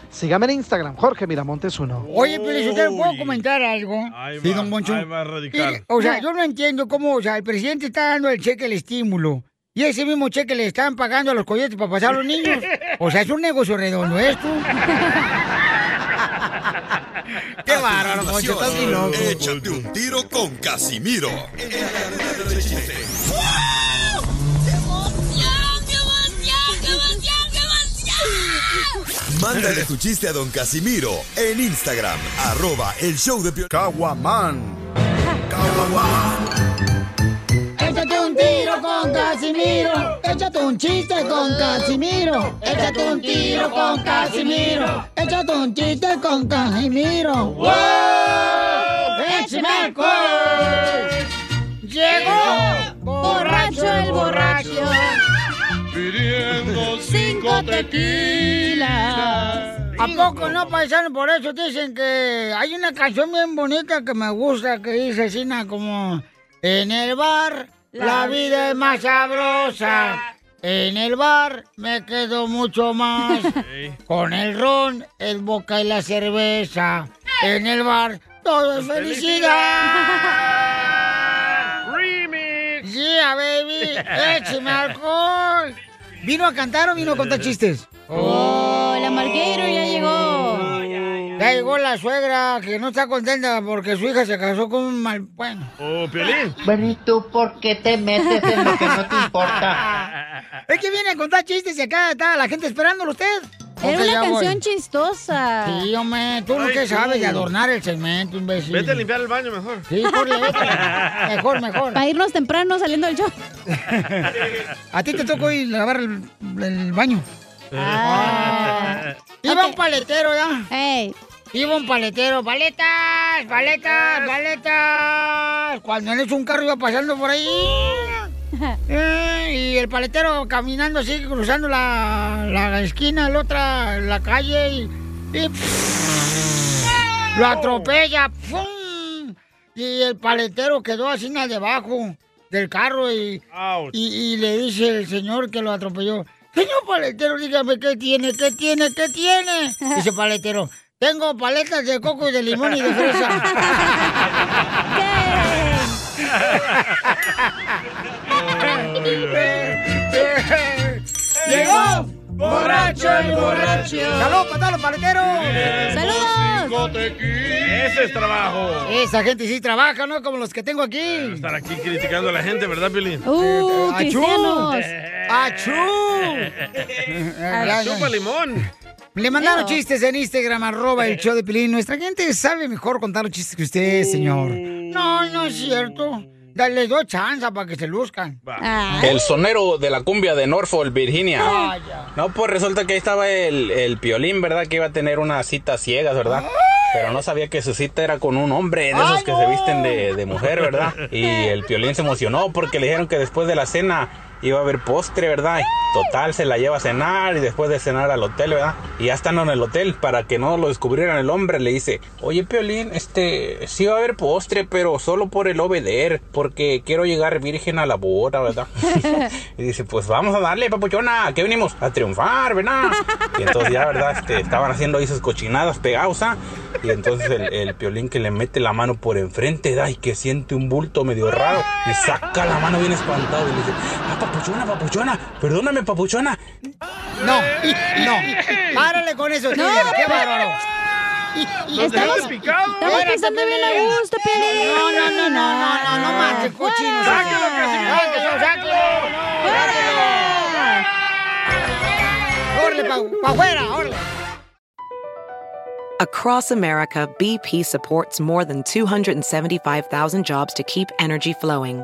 [SPEAKER 6] Sígame en Instagram, Jorge Miramontes 1.
[SPEAKER 1] Oye, Pelín, ¿usted puedo comentar algo?
[SPEAKER 6] Sí, don Poncho.
[SPEAKER 4] Ahí va
[SPEAKER 1] Mire,
[SPEAKER 4] radical.
[SPEAKER 1] o sea, yo no entiendo cómo, o sea, el presidente está dando el cheque, el estímulo. Y ese mismo cheque le están pagando a los coyotes para pasar a los niños. O sea, es un negocio redondo esto. Qué bárbaro,
[SPEAKER 5] Don
[SPEAKER 1] Poncho, estás bien
[SPEAKER 5] Continuación, Échate
[SPEAKER 1] loco.
[SPEAKER 5] un tiro con Casimiro. Mándale tu chiste a don Casimiro en Instagram, arroba el show de Piolín. Caguaman.
[SPEAKER 1] Échate un tiro con Casimiro. Échate un chiste con Casimiro. Échate un tiro con Casimiro. Échate un chiste con Casimiro. ¡Wow!
[SPEAKER 2] ¡Échame
[SPEAKER 1] Llegó
[SPEAKER 2] borracho el borracho.
[SPEAKER 4] Pidiendo
[SPEAKER 2] cinco tequilas.
[SPEAKER 1] ¿A poco no, paisano? Por eso dicen que hay una canción bien bonita que me gusta, que dice Sina como... En el bar, la, vida es más sabrosa. En el bar me quedo mucho más. Con el ron, el boca y la cerveza. En el bar, todo es felicidad. Eh. ¡Remix! ¡Yeah, baby! ¡Écheme alcohol! ¿Vino a cantar o vino a contar chistes? ¡Oh, la Marquero ya llegó! Ya llegó la suegra que no está contenta porque su hija se casó con un mal... Bueno.
[SPEAKER 4] ¡Oh, Piolín!
[SPEAKER 22] Bueno, ¿y tú por qué te metes en lo que no te importa?
[SPEAKER 1] Es que viene a contar chistes y acá está la gente esperándolo usted.
[SPEAKER 3] Era
[SPEAKER 1] Ok,
[SPEAKER 3] una
[SPEAKER 1] ya voy.
[SPEAKER 3] canción chistosa.
[SPEAKER 1] Sí, hombre, tú lo
[SPEAKER 3] Ay,
[SPEAKER 1] que
[SPEAKER 3] sí.
[SPEAKER 1] sabes de adornar el segmento, imbécil.
[SPEAKER 4] Vete a limpiar el baño mejor.
[SPEAKER 1] Sí, por la Mejor, mejor.
[SPEAKER 3] Para irnos temprano saliendo del show.
[SPEAKER 1] A ti te tocó ir a lavar el, el baño. Iba un paletero ya. Iba un paletero. Paletas, paletas, paletas. Cuando él hecho un carro iba pasando por ahí. Eh, y el paletero caminando así, cruzando la, la esquina, la otra, la calle y. y lo atropella. ¡Fum! Y el paletero quedó así na, debajo del carro y, y, y le dice el señor que lo atropelló. Señor paletero, dígame qué tiene, qué tiene, qué tiene. Dice paletero, tengo paletas de coco y de limón y de fresa.
[SPEAKER 2] Llegó borracho el borracho.
[SPEAKER 1] ¡Saludos para todos los paleteros! ¡Saludos!
[SPEAKER 4] Ese es trabajo.
[SPEAKER 1] Esa gente sí trabaja, ¿no? Como los que tengo aquí.
[SPEAKER 4] Estar aquí criticando a la gente, ¿verdad, Piolín?
[SPEAKER 1] ¡Uh,
[SPEAKER 4] cristianos.
[SPEAKER 1] Eh, Gracias.
[SPEAKER 4] Eh. ¡Chupa limón!
[SPEAKER 1] Le mandaron chistes en Instagram, arroba
[SPEAKER 8] Eh.
[SPEAKER 1] el show de Pilín. Nuestra gente sabe mejor contar los chistes que usted, señor. No, no es cierto. Dale dos chances para que se luzcan.
[SPEAKER 8] El sonero de la cumbia de Norfolk, Virginia.
[SPEAKER 1] Vaya.
[SPEAKER 8] No, pues resulta que ahí estaba el, el piolín, ¿verdad? Que iba a tener una cita a ciegas, ¿verdad? Pero no sabía que su cita era con un hombre de esos que se visten de, de mujer, ¿verdad? Y el piolín se emocionó porque le dijeron que después de la cena iba a haber postre, ¿verdad? Y Total, se la lleva a cenar y después de cenar al hotel, ¿verdad? Y ya están en el hotel, para que no lo descubrieran el hombre, le dice, oye Piolín, este, sí va a haber postre, pero solo por el obeder, E porque quiero llegar virgen a la boda, ¿verdad? Y dice, pues vamos a darle, papuchona, ¿a qué venimos? A triunfar, ¿verdad? Y entonces ya, ¿verdad? Este, estaban haciendo ahí sus cochinadas pegados, ¿ah? Y entonces el, el piolín que le mete la mano por enfrente, da, y que siente un bulto medio raro, y saca la mano bien espantado y le dice, ah, papuchona, papuchona, perdóname, papuchona.
[SPEAKER 1] No, no. Párale con
[SPEAKER 8] No.
[SPEAKER 1] eso, Tinder, qué bárbaro.
[SPEAKER 8] Los dejaste Estamos- picado. estamos
[SPEAKER 1] Espérate,
[SPEAKER 8] pensando bien a
[SPEAKER 1] Piolín.
[SPEAKER 8] gusto, Piolín.
[SPEAKER 1] Este No, no, no, no, no, no, no más, qué cochino.
[SPEAKER 2] ¡Sáquelo,
[SPEAKER 1] Sáquelo, sáquelo. Sáquelo. Órale, pa, pa' afuera, órale.
[SPEAKER 15] Across America, BP supports more than 275,000 jobs to keep energy flowing.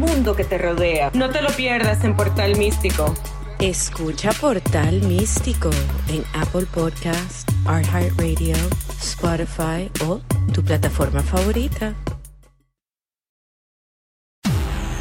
[SPEAKER 17] mundo que te rodea. No te lo pierdas en Portal Místico.
[SPEAKER 20] Escucha Portal Místico en Apple Podcast, iHeartRadio, Spotify o tu plataforma favorita.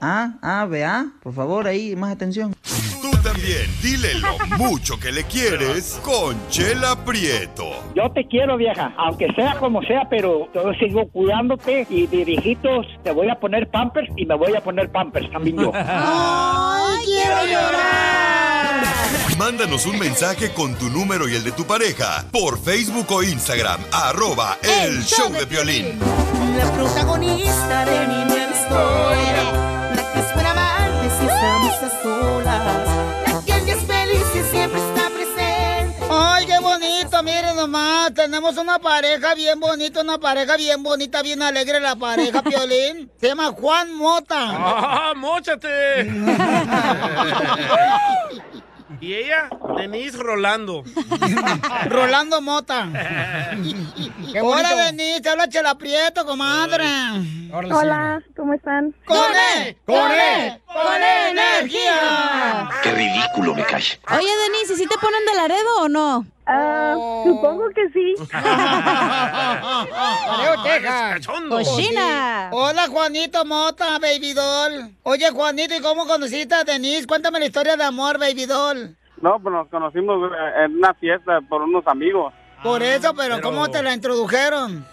[SPEAKER 7] Ah, ah, vea, por favor, ahí, más atención.
[SPEAKER 5] Tú también, dile lo mucho que le quieres con Chela Prieto.
[SPEAKER 18] Yo te quiero, vieja, aunque sea como sea, pero yo sigo cuidándote y de viejitos te voy a poner pampers y me voy a poner pampers también yo.
[SPEAKER 2] ¡Ay, quiero llorar!
[SPEAKER 5] Mándanos un mensaje con tu número y el de tu pareja por Facebook o Instagram, arroba el show de violín.
[SPEAKER 2] La protagonista de mi nueva historia, la que espera amarme si estamos a solas, la que ella es feliz y siempre está presente.
[SPEAKER 1] Ay, qué bonito, miren nomás. Tenemos una pareja bien bonita, una pareja bien bonita, bien alegre la pareja, Piolín. Se llama Juan Mota.
[SPEAKER 4] ¡Ah, mochate! y ella, Denise Rolando.
[SPEAKER 1] Rolando Mota.
[SPEAKER 4] Qué
[SPEAKER 1] Hola,
[SPEAKER 4] bonito.
[SPEAKER 1] Denise. Te habla Chela Prieto, comadre.
[SPEAKER 25] Hola, ¿cómo están?
[SPEAKER 1] ¡Con él!
[SPEAKER 25] ¡Con
[SPEAKER 1] él!
[SPEAKER 3] ¡Con energía!
[SPEAKER 19] Qué ridículo me cae.
[SPEAKER 3] Oye, Denise, ¿y si te ponen de laredo o no?
[SPEAKER 25] Ah, Supongo que sí.
[SPEAKER 1] Leo, Texas.
[SPEAKER 3] Cochina.
[SPEAKER 1] Hola, Juanito Mota, baby doll. Oye, Juanito, ¿y cómo conociste a Denise? Cuéntame la historia de amor, baby doll.
[SPEAKER 10] No, pues nos conocimos eh, en una fiesta por unos amigos.
[SPEAKER 1] Por eso, pero, ¿cómo te la introdujeron?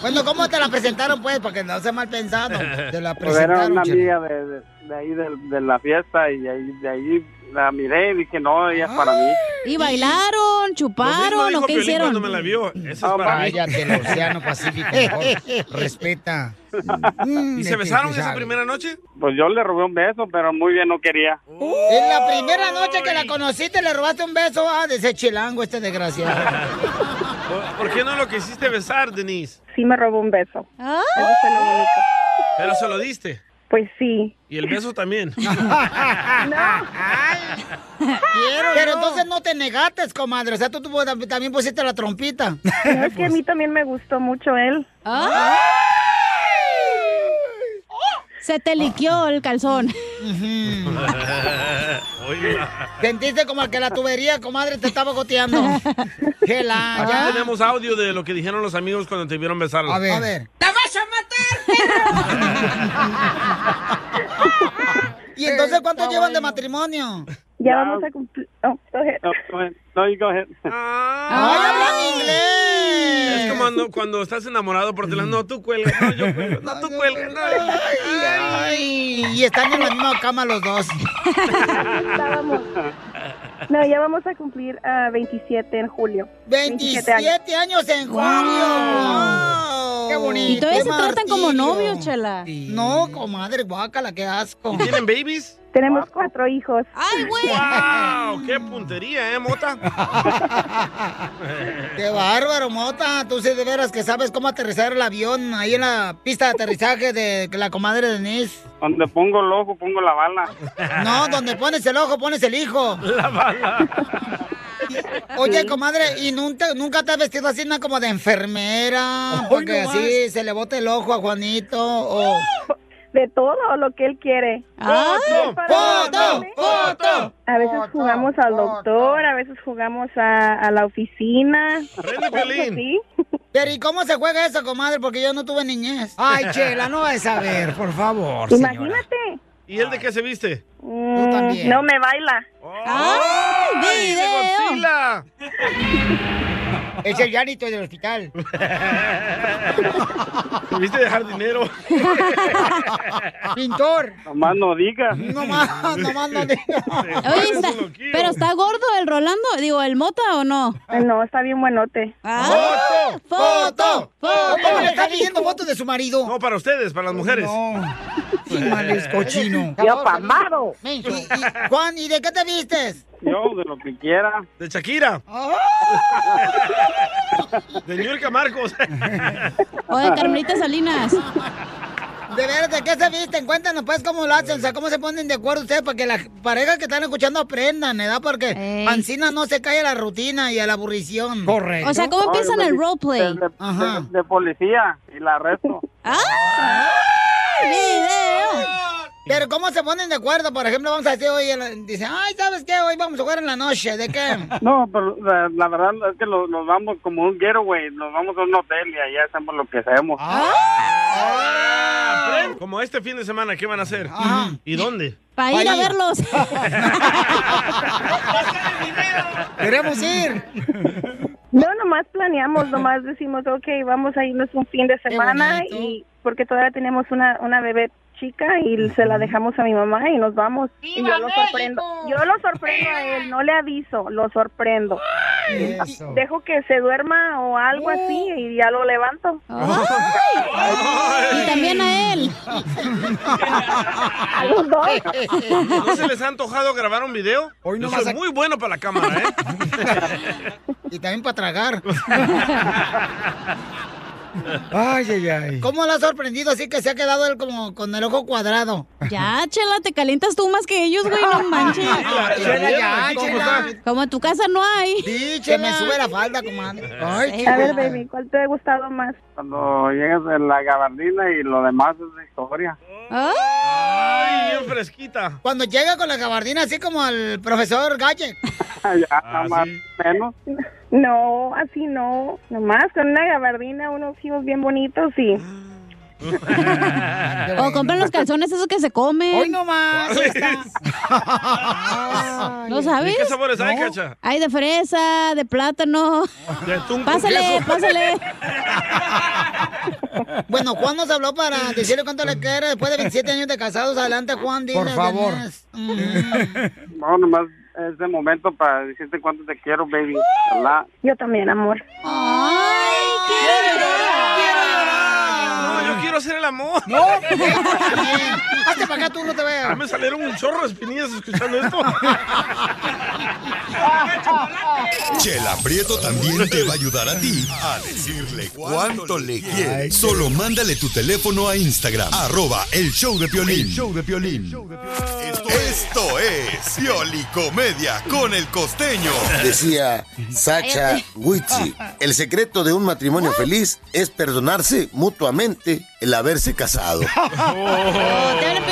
[SPEAKER 1] bueno, ¿cómo te la presentaron, pues? Para que no sea mal pensado. Te la
[SPEAKER 10] Pues era
[SPEAKER 1] presentaron.
[SPEAKER 10] una
[SPEAKER 1] chela.
[SPEAKER 10] amiga de, de- de ahí del- de, la fiesta y ahí, de ahí la miré y dije, no, ella es para mí.
[SPEAKER 3] ¿Y bailaron,
[SPEAKER 4] Lo
[SPEAKER 3] chuparon
[SPEAKER 4] mismo
[SPEAKER 3] o
[SPEAKER 4] dijo
[SPEAKER 3] qué
[SPEAKER 4] Piolín
[SPEAKER 3] hicieron?
[SPEAKER 4] cuando me la vio. Eso es
[SPEAKER 1] Ah,
[SPEAKER 4] para mí.
[SPEAKER 1] cállate, el Océano Pacífico, por favor. Respeta. Mm,
[SPEAKER 4] ¿Y
[SPEAKER 10] de
[SPEAKER 4] se
[SPEAKER 10] que
[SPEAKER 4] besaron
[SPEAKER 10] tú
[SPEAKER 4] esa
[SPEAKER 10] sabes.
[SPEAKER 4] primera noche?
[SPEAKER 10] Pues yo le robé un beso, pero muy bien no quería.
[SPEAKER 1] En la primera noche que la conociste, le robaste un beso a de ese chilango, este desgraciado.
[SPEAKER 4] ¿Por- ¿Por qué no lo quisiste besar, Denise?
[SPEAKER 25] Sí me robó un beso. Eso fue lo único.
[SPEAKER 4] Pero se lo diste.
[SPEAKER 25] Pues sí.
[SPEAKER 4] Y el beso también.
[SPEAKER 1] Pero entonces no te negates, comadre. O sea, tú, tú también pusiste la trompita.
[SPEAKER 25] No, es que a mí también me gustó mucho él.
[SPEAKER 3] Se te liqueó el calzón.
[SPEAKER 4] Oiga.
[SPEAKER 1] Sentiste como que la tubería, comadre, te estaba goteando. Chela,
[SPEAKER 4] Aquí
[SPEAKER 1] ya.
[SPEAKER 4] tenemos audio de lo que dijeron los amigos cuando te vieron besarla.
[SPEAKER 1] A ver. A ver.
[SPEAKER 2] ¡La vas a matar,
[SPEAKER 1] ¿Y entonces cuánto llevan de matrimonio?
[SPEAKER 25] Ya vamos a cumplir. Oh, go ahead.
[SPEAKER 10] No, go ahead. no, you go ahead.
[SPEAKER 1] ¡Ay, hablan inglés!
[SPEAKER 4] Ah, Es como cuando, cuando estás enamorado por teléfono. No, tú cuelgas. No, yo cuelgo. No, tú cuelgas. no.
[SPEAKER 1] Ay, y están en la misma cama los dos.
[SPEAKER 25] Estábamos. No, ya vamos a cumplir ah, 27 en julio.
[SPEAKER 1] 27 años en julio. ¡Qué bonito!
[SPEAKER 3] Y todavía
[SPEAKER 1] qué
[SPEAKER 3] se tratan como
[SPEAKER 1] martirio.
[SPEAKER 3] novios, chela.
[SPEAKER 1] No, comadre, guácala, qué asco.
[SPEAKER 4] ¿Tienen babies?
[SPEAKER 25] Tenemos cuatro hijos.
[SPEAKER 3] ¡Ay, güey!
[SPEAKER 4] ¡Wow! ¡Qué puntería, eh, Mota!
[SPEAKER 1] Qué bárbaro, Mota. Tú sí de veras que sabes cómo aterrizar el avión ahí en la pista de aterrizaje de la comadre Denise.
[SPEAKER 10] Donde pongo el ojo, pongo la bala.
[SPEAKER 1] No, donde pones el ojo, pones el hijo.
[SPEAKER 10] La bala.
[SPEAKER 1] Oye, comadre, ¿y nunca, nunca te has vestido así nada como de enfermera? Porque
[SPEAKER 25] no
[SPEAKER 1] así se le bote el ojo a Juanito o...
[SPEAKER 25] De todo lo que él quiere.
[SPEAKER 1] ¡Ah! ¡Foto! ¡Foto!
[SPEAKER 25] A veces jugamos al doctor, a veces jugamos a, a la oficina. Sí.
[SPEAKER 1] Pero ¿y cómo se juega eso, comadre? Porque yo no tuve niñez. Ay, chela, no vas a ver, por favor.
[SPEAKER 25] Imagínate.
[SPEAKER 4] ¿Y él de qué se viste?
[SPEAKER 25] Mm,
[SPEAKER 4] también.
[SPEAKER 1] Oh,
[SPEAKER 25] No me baila.
[SPEAKER 4] ¡Ay,
[SPEAKER 25] video!
[SPEAKER 4] Godzilla!
[SPEAKER 1] Es el llanito del hospital.
[SPEAKER 4] Tuviste dejar dinero.
[SPEAKER 1] Pintor.
[SPEAKER 10] Nomás no digas.
[SPEAKER 1] No más, no más, no digas.
[SPEAKER 3] Oye, está- pero está gordo el Rolando, digo, el Mota o no?
[SPEAKER 25] No, está bien buenote.
[SPEAKER 3] Ah.
[SPEAKER 1] ¡Foto!
[SPEAKER 3] ¡Foto!
[SPEAKER 1] ¿Cómo le está pidiendo fotos de su marido?
[SPEAKER 4] No, para ustedes, para las mujeres.
[SPEAKER 1] Animales, cochino.
[SPEAKER 4] Yo
[SPEAKER 1] pamado! Juan, ¿y de qué te vistes?
[SPEAKER 10] Yo, de lo que quiera.
[SPEAKER 4] De Shakira. De Yurka Marcos.
[SPEAKER 3] O de Carmelita Salinas.
[SPEAKER 1] De veras, ¿de qué se visten? Cuéntanos, pues, cómo lo hacen, o sea, cómo se ponen de acuerdo ustedes para que las parejas que están escuchando aprendan, ¿verdad? Porque Ancina no se cae a la rutina y a la aburrición. Correcto.
[SPEAKER 10] No, de- de- De,
[SPEAKER 1] Ajá.
[SPEAKER 10] de- de policía y la arresto.
[SPEAKER 1] Pero ¿cómo se ponen de acuerdo? Por ejemplo, vamos a decir hoy, el- dice, ay, ¿sabes qué? Hoy vamos a jugar en la noche, ¿de qué?
[SPEAKER 10] No, pero la, la verdad es que lo- nos vamos como un getaway, nos vamos a un hotel y allá hacemos lo que hacemos.
[SPEAKER 1] Ah.
[SPEAKER 4] Como este fin de semana, ¿qué van a hacer? ¿Y dónde?
[SPEAKER 3] Para ir a verlos.
[SPEAKER 1] Queremos ir.
[SPEAKER 25] No, nomás planeamos, nomás decimos, ok, vamos a irnos un fin de semana y porque todavía tenemos una, una bebé chica y se la dejamos a mi mamá y nos vamos. Y yo lo sorprendo. Yo lo sorprendo a él, no le aviso, lo sorprendo. Eso. Dejo que se duerma o algo así y ya lo levanto.
[SPEAKER 3] Y también a él.
[SPEAKER 25] A los dos.
[SPEAKER 4] ¿No se les ha antojado grabar un video? Hoy
[SPEAKER 1] no
[SPEAKER 4] Yo
[SPEAKER 1] vas
[SPEAKER 4] soy
[SPEAKER 1] a-
[SPEAKER 4] muy bueno para la cámara, ¿eh?
[SPEAKER 1] Y también para tragar.
[SPEAKER 4] ¿eh?
[SPEAKER 1] Ay, ay, ay. ¿Cómo la ha sorprendido así que se ha quedado él como con el ojo cuadrado?
[SPEAKER 3] Ya, Chela, te calientas tú más que ellos, güey, no manches.
[SPEAKER 1] Chela, Chela, ya, ¿cómo Chela.
[SPEAKER 3] Como en tu casa no hay.
[SPEAKER 1] Sí, Que me sube la falda, comadre. Ay,
[SPEAKER 25] A ver, baby, ¿cuál te ha gustado más?
[SPEAKER 10] Cuando llegas en la gabardina y lo demás es de historia.
[SPEAKER 1] Ay,
[SPEAKER 4] bien fresquita.
[SPEAKER 1] Cuando llega con la gabardina así como al profesor Galle.
[SPEAKER 4] Ah,
[SPEAKER 10] ya, más menos.
[SPEAKER 25] No, así no. Nomás con una gabardina, unos hijos bien bonitos y...
[SPEAKER 3] O compran los calzones esos que se comen.
[SPEAKER 25] Hoy
[SPEAKER 1] no más.
[SPEAKER 3] ¿No sabes?
[SPEAKER 4] ¿De qué sabores hay, Cacha? Oh.
[SPEAKER 3] Hay de fresa, de plátano.
[SPEAKER 4] De atún con
[SPEAKER 3] Pásale,
[SPEAKER 4] queso.
[SPEAKER 3] pásale.
[SPEAKER 1] Bueno, Juan nos habló para decirle cuánto le quiere después de 27 años de casados. Adelante, Juan, dile.
[SPEAKER 10] Por favor. No, nomás es de momento para decirte cuánto te quiero, baby. Hola.
[SPEAKER 25] Yo también, amor.
[SPEAKER 4] No, yo quiero hacer el amor.
[SPEAKER 1] No, hazte para acá, tú no te veas.
[SPEAKER 4] Me salieron un chorro de espinillas escuchando esto.
[SPEAKER 5] Chela Prieto también te va a ayudar a ti a decirle cuánto le quieres. Solo mándale tu teléfono a Instagram, arroba el show de Piolín. Esto es Pioli Comedia con el costeño.
[SPEAKER 23] Decía Sacha Wichi, el secreto de un matrimonio feliz es perdonarse mutuamente el haberse casado.
[SPEAKER 3] Oh,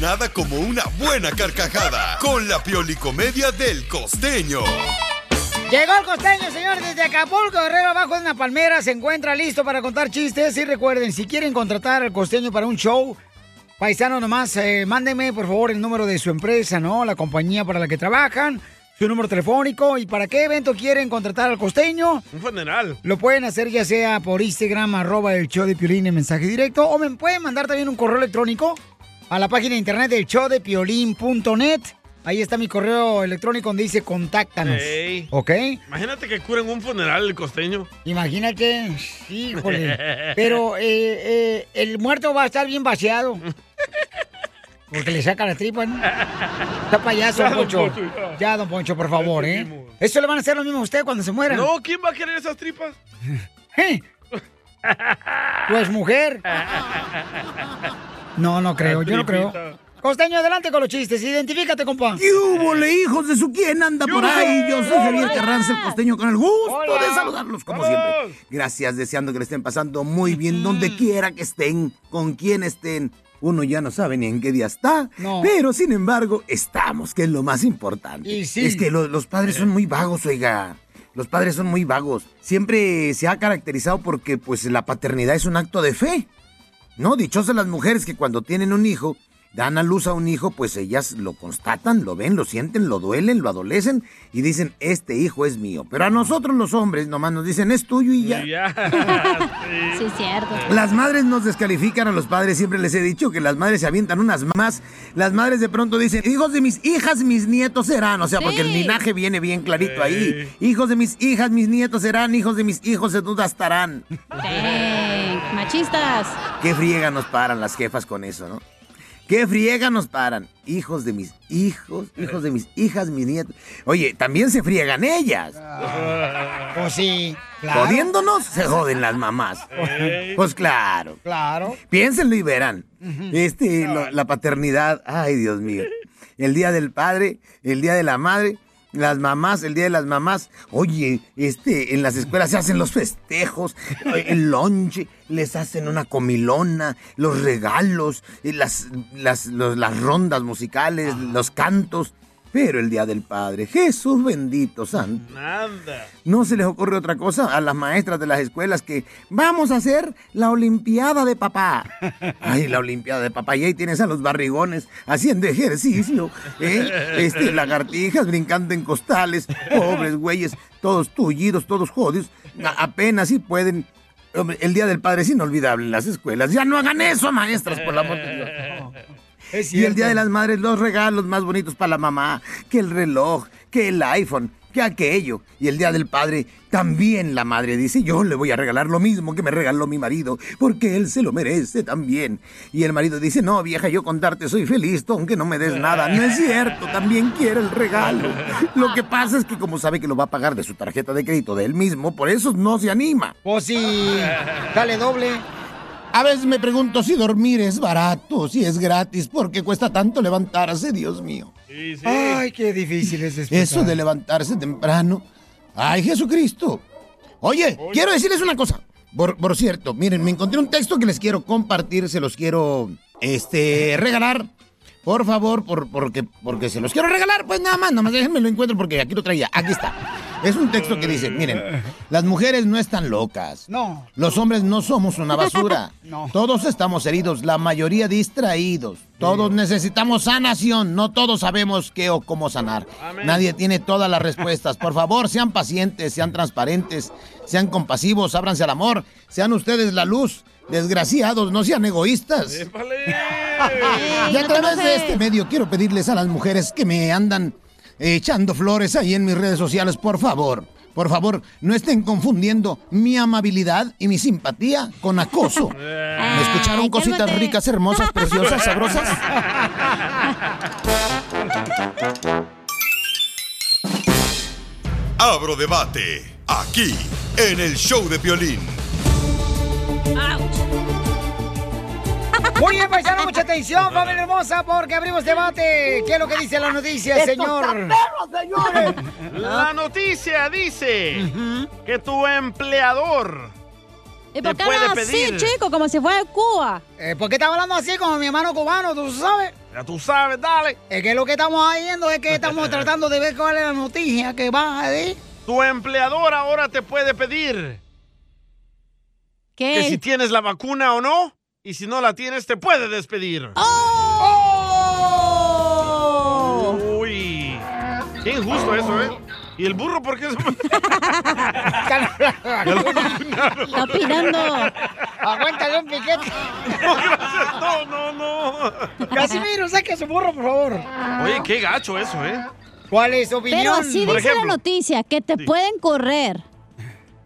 [SPEAKER 5] Nada como una buena carcajada con la Pioli Comedia del costeño.
[SPEAKER 1] Llegó el costeño, señor, desde Acapulco, Guerrero, abajo de una palmera. Se encuentra listo para contar chistes. Y recuerden, si quieren contratar al costeño para un show, paisano nomás, eh, mándenme por favor el número de su empresa, ¿no? La compañía para la que trabajan, su número telefónico y para qué evento quieren contratar al costeño.
[SPEAKER 4] Un funeral.
[SPEAKER 1] Lo pueden hacer ya sea por Instagram, arroba el show de Piolín en mensaje directo, o me pueden mandar también un correo electrónico a la página de internet del show de Piolín.net. Ahí está mi correo electrónico donde dice contáctanos. ¿Eh?
[SPEAKER 4] Ey.
[SPEAKER 1] ¿Ok?
[SPEAKER 4] Imagínate que curen un funeral el costeño.
[SPEAKER 1] Imagínate, híjole. Pero eh, eh, el muerto va a estar bien vaciado. Porque le saca la tripa, ¿no? Está payaso,
[SPEAKER 4] Ya,
[SPEAKER 1] don
[SPEAKER 4] don
[SPEAKER 1] Poncho.
[SPEAKER 4] Poncho, ya.
[SPEAKER 1] Ya, don Poncho, por favor, ¿eh? Eso le van a hacer lo mismo a usted cuando se muera.
[SPEAKER 4] No, ¿quién va a querer esas tripas?
[SPEAKER 1] ¿Eh? Pues mujer. No, no creo, yo no creo. Costeño, adelante con los chistes. Identifícate, compa.
[SPEAKER 9] ¡Yúbole, hijos de su quién anda por ahí! Yo soy Javier Carranza, el costeño, con el gusto de saludarlos como siempre. Gracias, deseando que le estén pasando muy bien donde quiera que estén, con quién estén. Uno ya no sabe ni en qué día está, pero sin embargo estamos, que es lo más importante.
[SPEAKER 24] Y sí.
[SPEAKER 9] Es que lo- los padres son muy vagos, oiga. Los padres son muy vagos. Siempre se ha caracterizado porque pues la paternidad es un acto de fe. ¿no? Dichosas las mujeres que cuando tienen un hijo dan a luz a un hijo, pues ellas lo constatan, lo ven, lo sienten, lo duelen, lo adolecen y dicen, este hijo es mío. Pero a nosotros los hombres nomás nos dicen, es tuyo y ya.
[SPEAKER 3] Sí, es cierto.
[SPEAKER 9] Las madres nos descalifican a los padres, siempre les he dicho que las madres se avientan unas más. Las madres de pronto dicen, hijos de mis hijas, mis nietos serán. O sea, porque el
[SPEAKER 3] Sí.
[SPEAKER 9] linaje viene bien clarito ahí.
[SPEAKER 3] Sí.
[SPEAKER 9] Hijos de mis hijas, mis nietos serán, hijos de mis hijos se dudas estarán.
[SPEAKER 3] Dang, machistas.
[SPEAKER 9] Qué friega nos paran las jefas con eso, ¿no? Qué friega nos paran. Hijos de mis hijos, hijos de mis hijas, mis nietos. Oye, también se friegan ellas.
[SPEAKER 1] Pues sí,
[SPEAKER 9] Jodiéndonos, se joden las mamás.
[SPEAKER 1] Ey.
[SPEAKER 9] Pues claro.
[SPEAKER 1] Claro. Eh,
[SPEAKER 9] Piénsenlo y verán.
[SPEAKER 1] Ujú.
[SPEAKER 9] Este, lo- la paternidad, ay Dios mío. El día del padre, el día de la madre, las mamás, el día de las mamás. Oye, este, en las escuelas se hacen los festejos, el lonche, les hacen una comilona, los regalos, eh, las, las, los- las rondas musicales, los cantos. Pero el día del padre, Jesús bendito santo.
[SPEAKER 4] Nada.
[SPEAKER 9] No se les ocurre otra cosa a las maestras de las escuelas que vamos a hacer la Olimpiada de papá. Ay, la Olimpiada de papá. Y ahí tienes a los barrigones haciendo ejercicio, ¿eh? este, lagartijas brincando en costales, pobres güeyes, todos tullidos, todos jodidos. A- apenas si pueden. Hombre, el Día del Padre es inolvidable en las escuelas. Ya no hagan eso, maestras, por la amor de Dios. Y el Día de las Madres, los regalos más bonitos para la mamá, que el reloj, que el iPhone, que aquello. Y el Día del Padre, también la madre dice, yo le voy a regalar lo mismo que me regaló mi marido, porque él se lo merece también. Y el marido dice, no, vieja, yo con darte soy feliz, tú, aunque no me des nada. No es cierto, también quiere el regalo. Lo que pasa es que como sabe que lo va a pagar de su tarjeta de crédito de él mismo, por eso no se anima.
[SPEAKER 1] Pues sí, dale doble.
[SPEAKER 9] A veces me pregunto si dormir es barato, si es gratis, porque cuesta tanto levantarse, Dios mío.
[SPEAKER 1] Ay, qué difícil es explicar.
[SPEAKER 9] Eso de levantarse temprano. ¡Ay, Jesucristo! Oye, quiero decirles una cosa. Por, por cierto, miren, me encontré un texto que les quiero compartir, se los quiero este, regalar. Por favor, por, porque, porque se los quiero regalar, pues nada más, nada más déjenme lo encuentro porque aquí lo traía. Aquí está. Es un texto que dice, miren, las mujeres no están locas.
[SPEAKER 1] No.
[SPEAKER 9] Los hombres no somos una basura.
[SPEAKER 1] No.
[SPEAKER 9] Todos estamos heridos, la mayoría distraídos. Todos necesitamos sanación, no todos sabemos qué o cómo sanar.
[SPEAKER 24] Amén.
[SPEAKER 9] Nadie tiene todas las respuestas. Por favor, sean pacientes, sean transparentes, sean compasivos, ábranse al amor, sean ustedes la luz. Desgraciados, no sean egoístas. Y a través de este medio quiero pedirles a las mujeres que me andan eh, echando flores ahí en mis redes sociales, por favor, por favor, no estén confundiendo mi amabilidad y mi simpatía con acoso. ¿Me escucharon cositas ricas, hermosas, preciosas, sabrosas?
[SPEAKER 5] Abro debate aquí en el show de violín.
[SPEAKER 1] Muy bien, paisano, mucha atención, familia hermosa, porque abrimos debate. ¿Qué es lo que dice la noticia,
[SPEAKER 4] ¡Esto
[SPEAKER 1] señor?
[SPEAKER 3] Ah.
[SPEAKER 4] está señores! La noticia dice que tu empleador
[SPEAKER 3] ¿Y
[SPEAKER 4] te
[SPEAKER 3] por qué hablan
[SPEAKER 4] puede
[SPEAKER 3] así,
[SPEAKER 4] pedir.
[SPEAKER 3] chico? Como si fuera de Cuba.
[SPEAKER 1] Eh, ¿Por qué está hablando así como mi hermano cubano? ¿Tú sabes?
[SPEAKER 4] Ya tú sabes, dale.
[SPEAKER 1] Es que lo que estamos haciendo es que estamos tratando de ver cuál es la noticia que va ¿eh? a decir.
[SPEAKER 4] Tu empleador ahora te puede pedir que si tienes la vacuna o no, y si no la tienes te puede despedir.
[SPEAKER 3] ¡Oh!
[SPEAKER 4] Uy, qué injusto eso, ¿eh? ¿Y el burro por qué se
[SPEAKER 3] Está opinando.
[SPEAKER 1] Aguántale un piquete.
[SPEAKER 4] No, gracias, no, no, no. Ah.
[SPEAKER 1] Casimiro, saque a su burro, por favor.
[SPEAKER 4] Oye, qué gacho eso, ¿eh?
[SPEAKER 1] ¿Cuál es su opinión?
[SPEAKER 3] Pero así
[SPEAKER 4] Por
[SPEAKER 3] dice la
[SPEAKER 4] ejemplo.
[SPEAKER 3] noticia, que te pueden correr.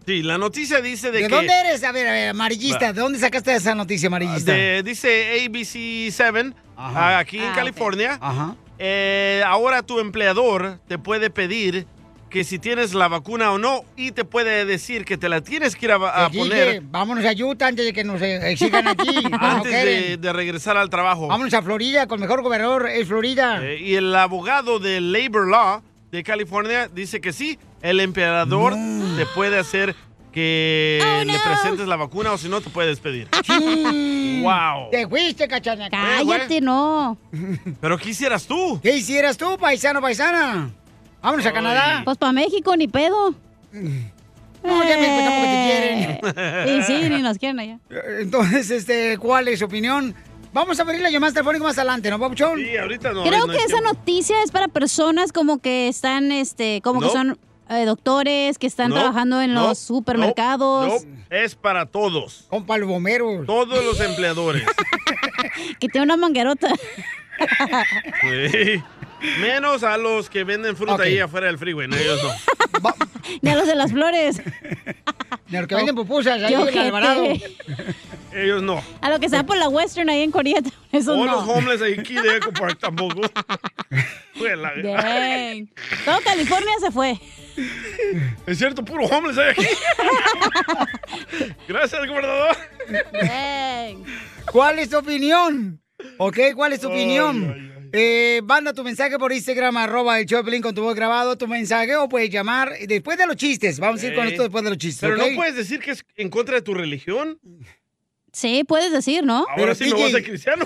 [SPEAKER 4] Sí, la noticia dice de,
[SPEAKER 1] ¿De
[SPEAKER 4] que...
[SPEAKER 1] dónde eres? A ver, a ver, amarillista, ¿de dónde sacaste esa noticia amarillista?
[SPEAKER 4] Ah, de- dice ABC7,
[SPEAKER 1] Ajá.
[SPEAKER 4] aquí
[SPEAKER 1] Ah,
[SPEAKER 4] en
[SPEAKER 1] ok.
[SPEAKER 4] California.
[SPEAKER 1] Ajá.
[SPEAKER 4] eh, ahora tu empleador te puede pedir que si tienes la vacuna o no y te puede decir que te la tienes que ir a, a
[SPEAKER 1] Te dije,
[SPEAKER 4] poner
[SPEAKER 1] vámonos a Utah antes de que nos eh, exijan aquí. no
[SPEAKER 4] antes de,
[SPEAKER 1] quieren.
[SPEAKER 4] de regresar al trabajo.
[SPEAKER 1] Vámonos a Florida, con el mejor gobernador es Florida.
[SPEAKER 4] Eh, y el abogado de Labor Law de California dice que sí, el emperador
[SPEAKER 1] Mm.
[SPEAKER 4] te puede hacer que
[SPEAKER 1] Oh,
[SPEAKER 4] le presentes la vacuna o si no te puede despedir. ¡Wow!
[SPEAKER 1] Te fuiste, cachana.
[SPEAKER 4] Cállate,
[SPEAKER 3] no.
[SPEAKER 4] ¿Pero qué hicieras tú?
[SPEAKER 1] ¿Qué hicieras tú, paisano, paisana? Vámonos a Canadá.
[SPEAKER 3] Pues para México ni pedo. Eh.
[SPEAKER 1] No, ya me tampoco te quieren.
[SPEAKER 4] Eh,
[SPEAKER 3] Y sí, ni nos quieren allá.
[SPEAKER 1] Entonces, este, ¿cuál es su opinión? Vamos a abrir la llamada telefónica más adelante, ¿no, Papuchón? Sí,
[SPEAKER 4] ahorita
[SPEAKER 3] Creo que esa noticia es para personas como que están, este, como
[SPEAKER 4] No.
[SPEAKER 3] que son eh, doctores, que están
[SPEAKER 4] No,
[SPEAKER 3] trabajando en
[SPEAKER 4] no,
[SPEAKER 3] los supermercados.
[SPEAKER 4] no, no, es para todos.
[SPEAKER 1] Con palvomero.
[SPEAKER 4] Todos los empleadores.
[SPEAKER 3] Que tiene una manguerota.
[SPEAKER 4] Sí. Menos a los que venden fruta ahí afuera del freeway. No, ellos no.
[SPEAKER 3] Ni a los de las flores.
[SPEAKER 1] De los que venden pupusas ahí
[SPEAKER 3] Qué
[SPEAKER 1] en
[SPEAKER 3] ojete.
[SPEAKER 1] Alvarado.
[SPEAKER 4] Ellos no.
[SPEAKER 3] A lo que se va por la Western ahí en Corea. Eso
[SPEAKER 4] o
[SPEAKER 3] no.
[SPEAKER 4] los homeless ahí aquí de Echo Park tampoco. Fue la-
[SPEAKER 3] Dang. Todo California se fue.
[SPEAKER 4] Es cierto, puro homeless hay aquí. Gracias, gobernador.
[SPEAKER 1] Eh. ¿Cuál es tu opinión? ¿Ok? ¿Cuál es tu
[SPEAKER 4] Ay,
[SPEAKER 1] opinión? Eh, manda tu mensaje por Instagram, arroba el Choplin con tu voz grabado, tu mensaje, o puedes llamar después de los chistes. Vamos a ir con
[SPEAKER 4] Sí.
[SPEAKER 1] esto después de los chistes.
[SPEAKER 4] Pero
[SPEAKER 1] ¿ok?
[SPEAKER 4] no puedes decir que es en contra de tu religión.
[SPEAKER 3] Sí, puedes decir, ¿no?
[SPEAKER 4] Ahora sí me voy a ser cristiano.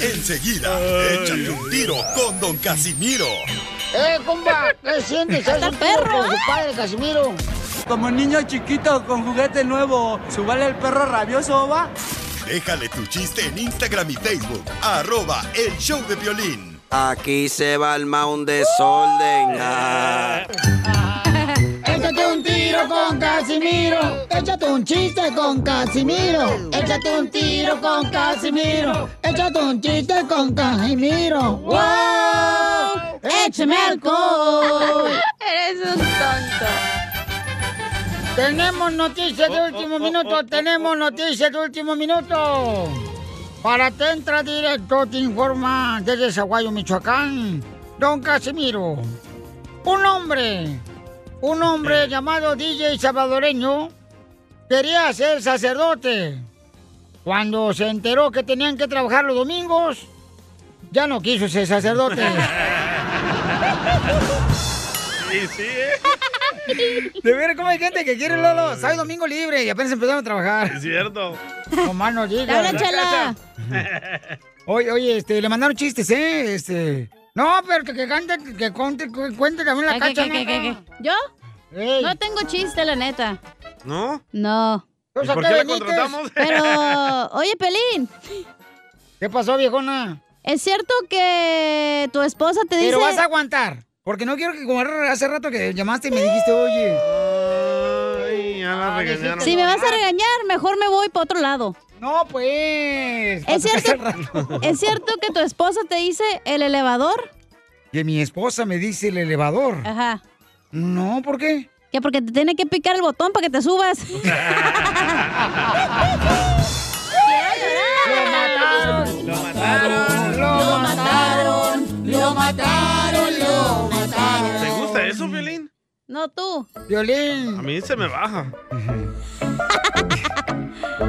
[SPEAKER 5] Enseguida, échate un tiro con Don Casimiro.
[SPEAKER 1] ¡Eh, compa! ¿Qué sientes? ¿Haz un perro
[SPEAKER 4] ¿eh?
[SPEAKER 1] con su padre, Casimiro?
[SPEAKER 24] Como niño chiquito con juguete nuevo, ¿subale el perro rabioso va?
[SPEAKER 5] Déjale tu chiste en Instagram y Facebook, arroba el show de violín.
[SPEAKER 11] Aquí se va el mound desorden. Ah.
[SPEAKER 1] Échate un tiro con Casimiro. Échate un chiste con Casimiro. Échate un tiro con Casimiro. Échate un chiste con Casimiro. ¡Wow! ¡Échame alcohol!
[SPEAKER 2] Eres un tonto.
[SPEAKER 1] Tenemos noticias de último minuto. Tenemos noticias de último minuto. Para Tentra Directo te informa desde Zaguayo, Michoacán, don Casimiro. Un hombre, un hombre llamado DJ salvadoreño, quería ser sacerdote. Cuando se enteró que tenían que trabajar los domingos, ya no quiso ser sacerdote.
[SPEAKER 2] Sí, sí, ¿eh?
[SPEAKER 1] De ver cómo hay gente que quiere Lolo, sábado y domingo libre y apenas empezaron a trabajar.
[SPEAKER 4] Es cierto.
[SPEAKER 1] No más no digas.
[SPEAKER 2] Dale, Chela.
[SPEAKER 1] Oye, oye, este, le mandaron chistes, ¿eh? Este. No, pero que, que cante, que cuente, que cuente también la
[SPEAKER 3] ¿Qué,
[SPEAKER 1] cacha.
[SPEAKER 3] qué, qué, qué, qué? ¿Yo? No tengo chiste, la neta.
[SPEAKER 4] ¿No?
[SPEAKER 3] No.
[SPEAKER 1] Pues
[SPEAKER 4] ¿Y por qué la contratamos?
[SPEAKER 3] Pero, oye, Pelín.
[SPEAKER 1] ¿Qué pasó, viejona?
[SPEAKER 3] ¿Es cierto que tu esposa te dice...
[SPEAKER 1] Pero vas a aguantar. Porque no quiero que como hace rato que llamaste y me dijiste, oye.
[SPEAKER 4] Ay, ya la regañaron.
[SPEAKER 3] Si me vas a regañar, mejor me voy para otro lado.
[SPEAKER 1] No, pues.
[SPEAKER 3] ¿Es cierto,
[SPEAKER 1] rato.
[SPEAKER 3] ¿Es cierto que tu esposa te dice el elevador?
[SPEAKER 1] Que mi esposa me dice el elevador.
[SPEAKER 3] Ajá.
[SPEAKER 1] No, ¿por qué?
[SPEAKER 3] Que porque te tiene que picar el botón para que te subas.
[SPEAKER 2] Lo mataron, lo mataron, lo mataron, lo mataron.
[SPEAKER 4] ¿Te gusta eso, Violín?
[SPEAKER 3] No tú.
[SPEAKER 1] Violín.
[SPEAKER 4] A mí se me baja.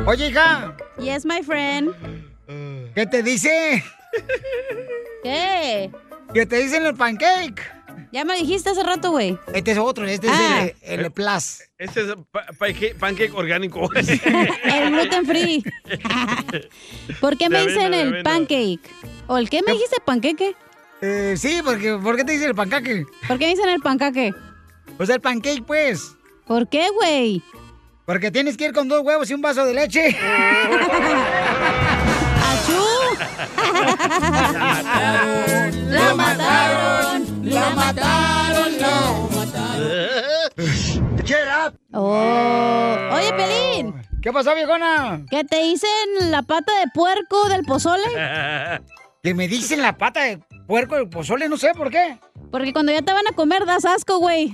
[SPEAKER 1] Oye, hija.
[SPEAKER 3] Yes, my friend.
[SPEAKER 1] ¿Qué te dice?
[SPEAKER 3] ¿Qué?
[SPEAKER 1] Que te dicen el pancake.
[SPEAKER 3] Ya me dijiste hace rato, güey. Ah,
[SPEAKER 1] Este es otro, este es el, el plus.
[SPEAKER 4] Este es pa- panque- pancake orgánico.
[SPEAKER 3] El gluten free. ¿Por qué me
[SPEAKER 4] De
[SPEAKER 3] dicen
[SPEAKER 4] avena, de
[SPEAKER 3] el
[SPEAKER 4] avena.
[SPEAKER 3] pancake? ¿O el qué me dijiste panqueque?
[SPEAKER 1] Eh, sí, porque ¿por qué te dicen el pancaque?
[SPEAKER 3] ¿Por qué me dicen el pancaque?
[SPEAKER 1] Pues el pancake, pues.
[SPEAKER 3] ¿Por qué, güey?
[SPEAKER 1] Porque tienes que ir con dos huevos y un vaso de leche.
[SPEAKER 2] Lo mataron, lo mataron, lo mataron.
[SPEAKER 1] Get up.
[SPEAKER 3] Oh. Oye, Pelín.
[SPEAKER 1] Ah. ¿Qué pasó, viejona?
[SPEAKER 3] ¿Qué te dicen la pata de puerco del pozole?
[SPEAKER 1] Que me dicen la pata de puerco del pozole, no sé por qué.
[SPEAKER 3] Porque cuando ya te van a comer das asco, güey.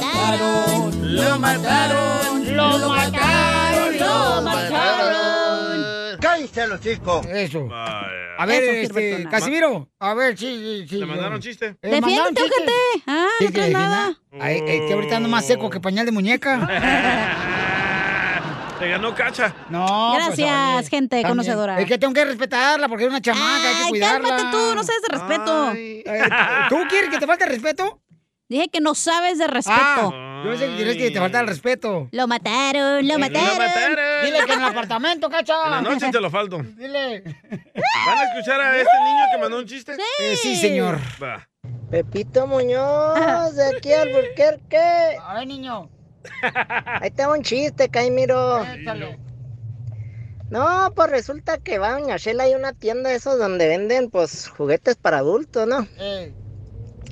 [SPEAKER 2] Lo mataron, lo mataron, lo mataron.
[SPEAKER 1] ¡Cállate los chicos! Eso. A ver,
[SPEAKER 2] Eso,
[SPEAKER 1] este,
[SPEAKER 2] Gilbertona.
[SPEAKER 1] Casimiro. A ver, sí, sí, sí.
[SPEAKER 4] ¿Le mandaron chiste?
[SPEAKER 1] Le mandaron
[SPEAKER 3] Defiéndete,
[SPEAKER 1] chiste.
[SPEAKER 3] ojete. Ah,
[SPEAKER 1] Sí,
[SPEAKER 3] no
[SPEAKER 1] que
[SPEAKER 3] traes nada.
[SPEAKER 1] defienda. Ay, es que ahorita ando más seco que pañal de muñeca. pues,
[SPEAKER 4] Te ganó cacha.
[SPEAKER 1] No. pues,
[SPEAKER 3] Gracias,
[SPEAKER 1] oye,
[SPEAKER 3] gente
[SPEAKER 1] también.
[SPEAKER 3] conocedora.
[SPEAKER 1] Es que tengo que respetarla porque es una chamaca, hay que
[SPEAKER 3] Ay,
[SPEAKER 1] cuidarla.
[SPEAKER 3] cálmate tú, no sabes de respeto.
[SPEAKER 1] Eh, ¿Tú quieres que te falte respeto?
[SPEAKER 3] Dije que no sabes de respeto.
[SPEAKER 1] Ah, yo sé que quieres que te falta el respeto.
[SPEAKER 3] Lo mataron, lo mataron.
[SPEAKER 1] Dile que en el apartamento, cacha.
[SPEAKER 4] En la noche te lo falto.
[SPEAKER 1] Dile.
[SPEAKER 4] ¿Van a escuchar a este niño que mandó un chiste?
[SPEAKER 1] Eh, sí, señor.
[SPEAKER 4] Va.
[SPEAKER 11] Pepito Muñoz, de aquí al Burquerque.
[SPEAKER 1] A ver, niño.
[SPEAKER 11] Ahí tengo un chiste, Caimiro. No, pues resulta que va a Doña Shela hay una tienda de esos donde venden pues juguetes para adultos, ¿no?
[SPEAKER 1] Eh.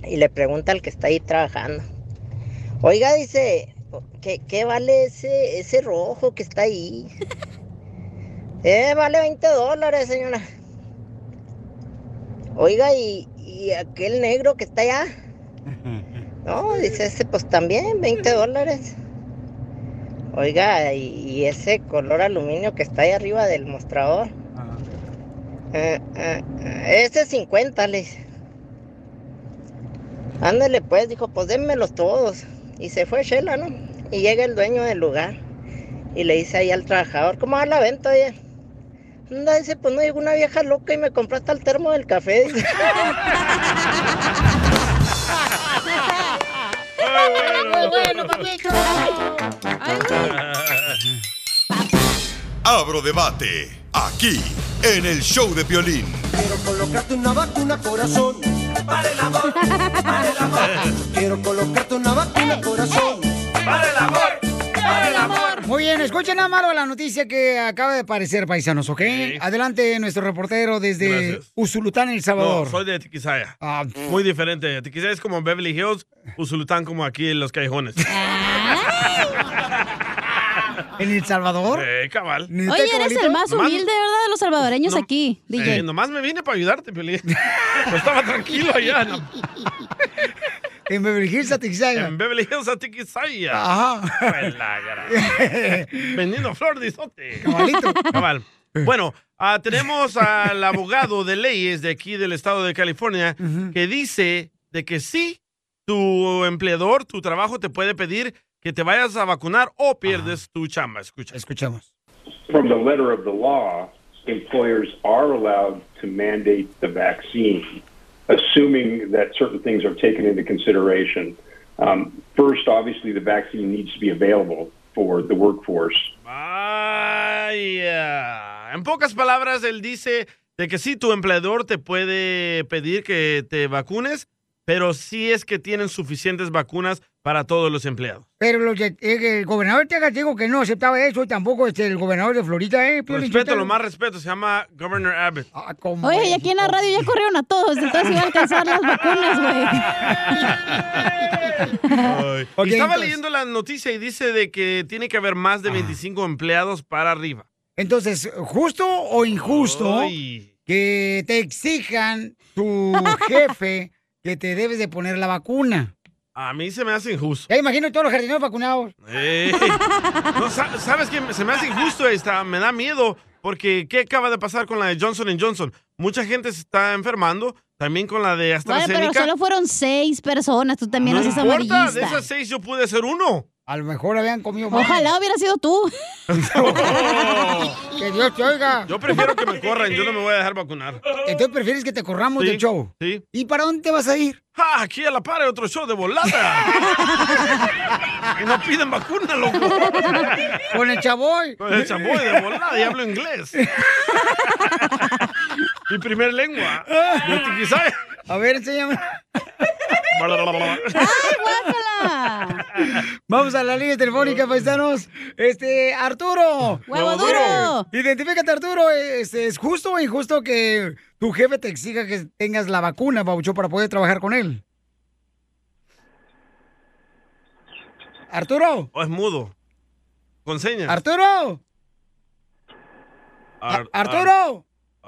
[SPEAKER 11] Y le pregunta al que está ahí trabajando. Oiga, dice, ¿qué, qué vale ese, ese rojo que está ahí? eh, vale 20 dólares, señora. Oiga, ¿y, y aquel negro que está allá? No, dice ese, pues también 20 dólares. Oiga, y, y ese color aluminio que está ahí arriba del mostrador. Eh, eh, eh, ese 50, le dice. Ándale pues, dijo, pues démelos todos. Y se fue Shela, ¿no? Y llega el dueño del lugar y le dice ahí al trabajador, ¿cómo va la venta, oye? Anda, dice, pues no llegó una vieja loca y me compró hasta el termo del café. dice.
[SPEAKER 16] Muy bueno, papito.
[SPEAKER 5] Abro debate aquí en el show de violín.
[SPEAKER 16] Quiero colocarte una vacuna corazón. Para el amor, para el amor.
[SPEAKER 5] Quiero colocarte
[SPEAKER 16] Una vacuna corazón. Eh, Para el amor, para el amor.
[SPEAKER 1] Muy bien, escuchen nada malo la noticia que acaba de aparecer, paisanos, ¿ok? Adelante, nuestro reportero desde
[SPEAKER 4] Gracias.
[SPEAKER 1] Usulután, El
[SPEAKER 4] No,
[SPEAKER 1] Salvador. Ah.
[SPEAKER 4] soy de Tiquisaya. Muy diferente. Tiquisaya es como Beverly Hills, Usulután como aquí en los callejones.
[SPEAKER 1] ¿En El Salvador?
[SPEAKER 4] Eh, cabal.
[SPEAKER 3] Oye, eres el más humilde, ¿verdad? De los salvadoreños
[SPEAKER 4] No,
[SPEAKER 3] aquí, DJ.
[SPEAKER 4] Eh, nomás me vine para ayudarte, Piolín. Yo estaba tranquilo allá. ¿no?
[SPEAKER 1] En Beverly Hills, a Tixaya.
[SPEAKER 4] En Beverly Hills, a Tiquisaya.
[SPEAKER 1] Ajá.
[SPEAKER 4] Pues la gran- Vendiendo flor de izote.
[SPEAKER 1] Cabalito.
[SPEAKER 4] Cabal. Bueno, ah, tenemos al abogado de leyes de aquí del estado de California que dice de que sí, tu empleador, tu trabajo te puede pedir que te vayas a vacunar o pierdes tu chamba. Escucha.
[SPEAKER 1] Escuchamos.
[SPEAKER 26] from the letter of the law, employers are allowed to mandate the vaccine, assuming that certain things are taken into consideration. Um, first, obviously, the vaccine needs to be available for the workforce.
[SPEAKER 4] Vaya. En pocas palabras, él dice de que sí, tu empleador te puede pedir que te vacunes, pero sí es que tienen suficientes vacunas para todos los empleados.
[SPEAKER 1] Pero lo que, eh, que el gobernador de Texas dijo que no aceptaba eso y tampoco este, el gobernador de Florida, ¿eh? Piolín
[SPEAKER 4] Respeto,
[SPEAKER 1] Sotelo.
[SPEAKER 4] lo más respeto, se llama Governor Abbott.
[SPEAKER 3] Ah, Oye, y aquí en la radio ya corrieron a todos, entonces iba a alcanzar las vacunas, güey.
[SPEAKER 4] Ay.
[SPEAKER 3] Ok,
[SPEAKER 4] Y estaba
[SPEAKER 3] entonces- Ah.
[SPEAKER 4] leyendo la noticia y dice de que tiene que haber más de 25 empleados para arriba.
[SPEAKER 1] Entonces, ¿justo o injusto
[SPEAKER 4] Ay.
[SPEAKER 1] que te exijan tu jefe que te debes de poner la vacuna?
[SPEAKER 4] A mí se me hace injusto.
[SPEAKER 1] Ya imagino todos los jardineros vacunados.
[SPEAKER 4] Ey. No, sa- ¿Sabes que Se me hace injusto esta, me da miedo, porque ¿qué acaba de pasar con la de Johnson Johnson? Mucha gente se está enfermando, también con la de
[SPEAKER 3] Bueno, pero
[SPEAKER 4] AstraZeneca.
[SPEAKER 3] solo fueron seis personas, tú también
[SPEAKER 4] no
[SPEAKER 3] haces
[SPEAKER 4] importa, de
[SPEAKER 3] amarillista.
[SPEAKER 4] esas seis yo pude ser uno.
[SPEAKER 1] A lo mejor habían comido más.
[SPEAKER 3] Ojalá hubiera sido tú.
[SPEAKER 1] Que Dios te oiga.
[SPEAKER 4] Yo prefiero que me corran, yo no me voy a dejar vacunar.
[SPEAKER 1] Entonces prefieres que Eh, te corramos
[SPEAKER 4] Sí,
[SPEAKER 1] del show.
[SPEAKER 4] Sí.
[SPEAKER 1] ¿Y para dónde te vas a ir?
[SPEAKER 4] ¡Ja! Aquí a la par hay otro show de volada. que no piden vacuna, loco.
[SPEAKER 1] Con el chaboy.
[SPEAKER 4] Con el chamoy de volada y hablo inglés. Mi primer lengua. De Tiquisaya.
[SPEAKER 1] A ver, enséñame. Vamos a la línea telefónica, paisanos. Este, Arturo.
[SPEAKER 16] ¡Huevo duro!
[SPEAKER 1] Identifícate, Arturo. Este, ¿Es justo o injusto que tu jefe te exija que tengas la vacuna, Baucho, para poder trabajar con él? Arturo.
[SPEAKER 4] O Oh, es mudo. Con señas. Ah,
[SPEAKER 1] Arturo.
[SPEAKER 4] Ar-
[SPEAKER 1] Arturo. pues.
[SPEAKER 4] Ar- Ah,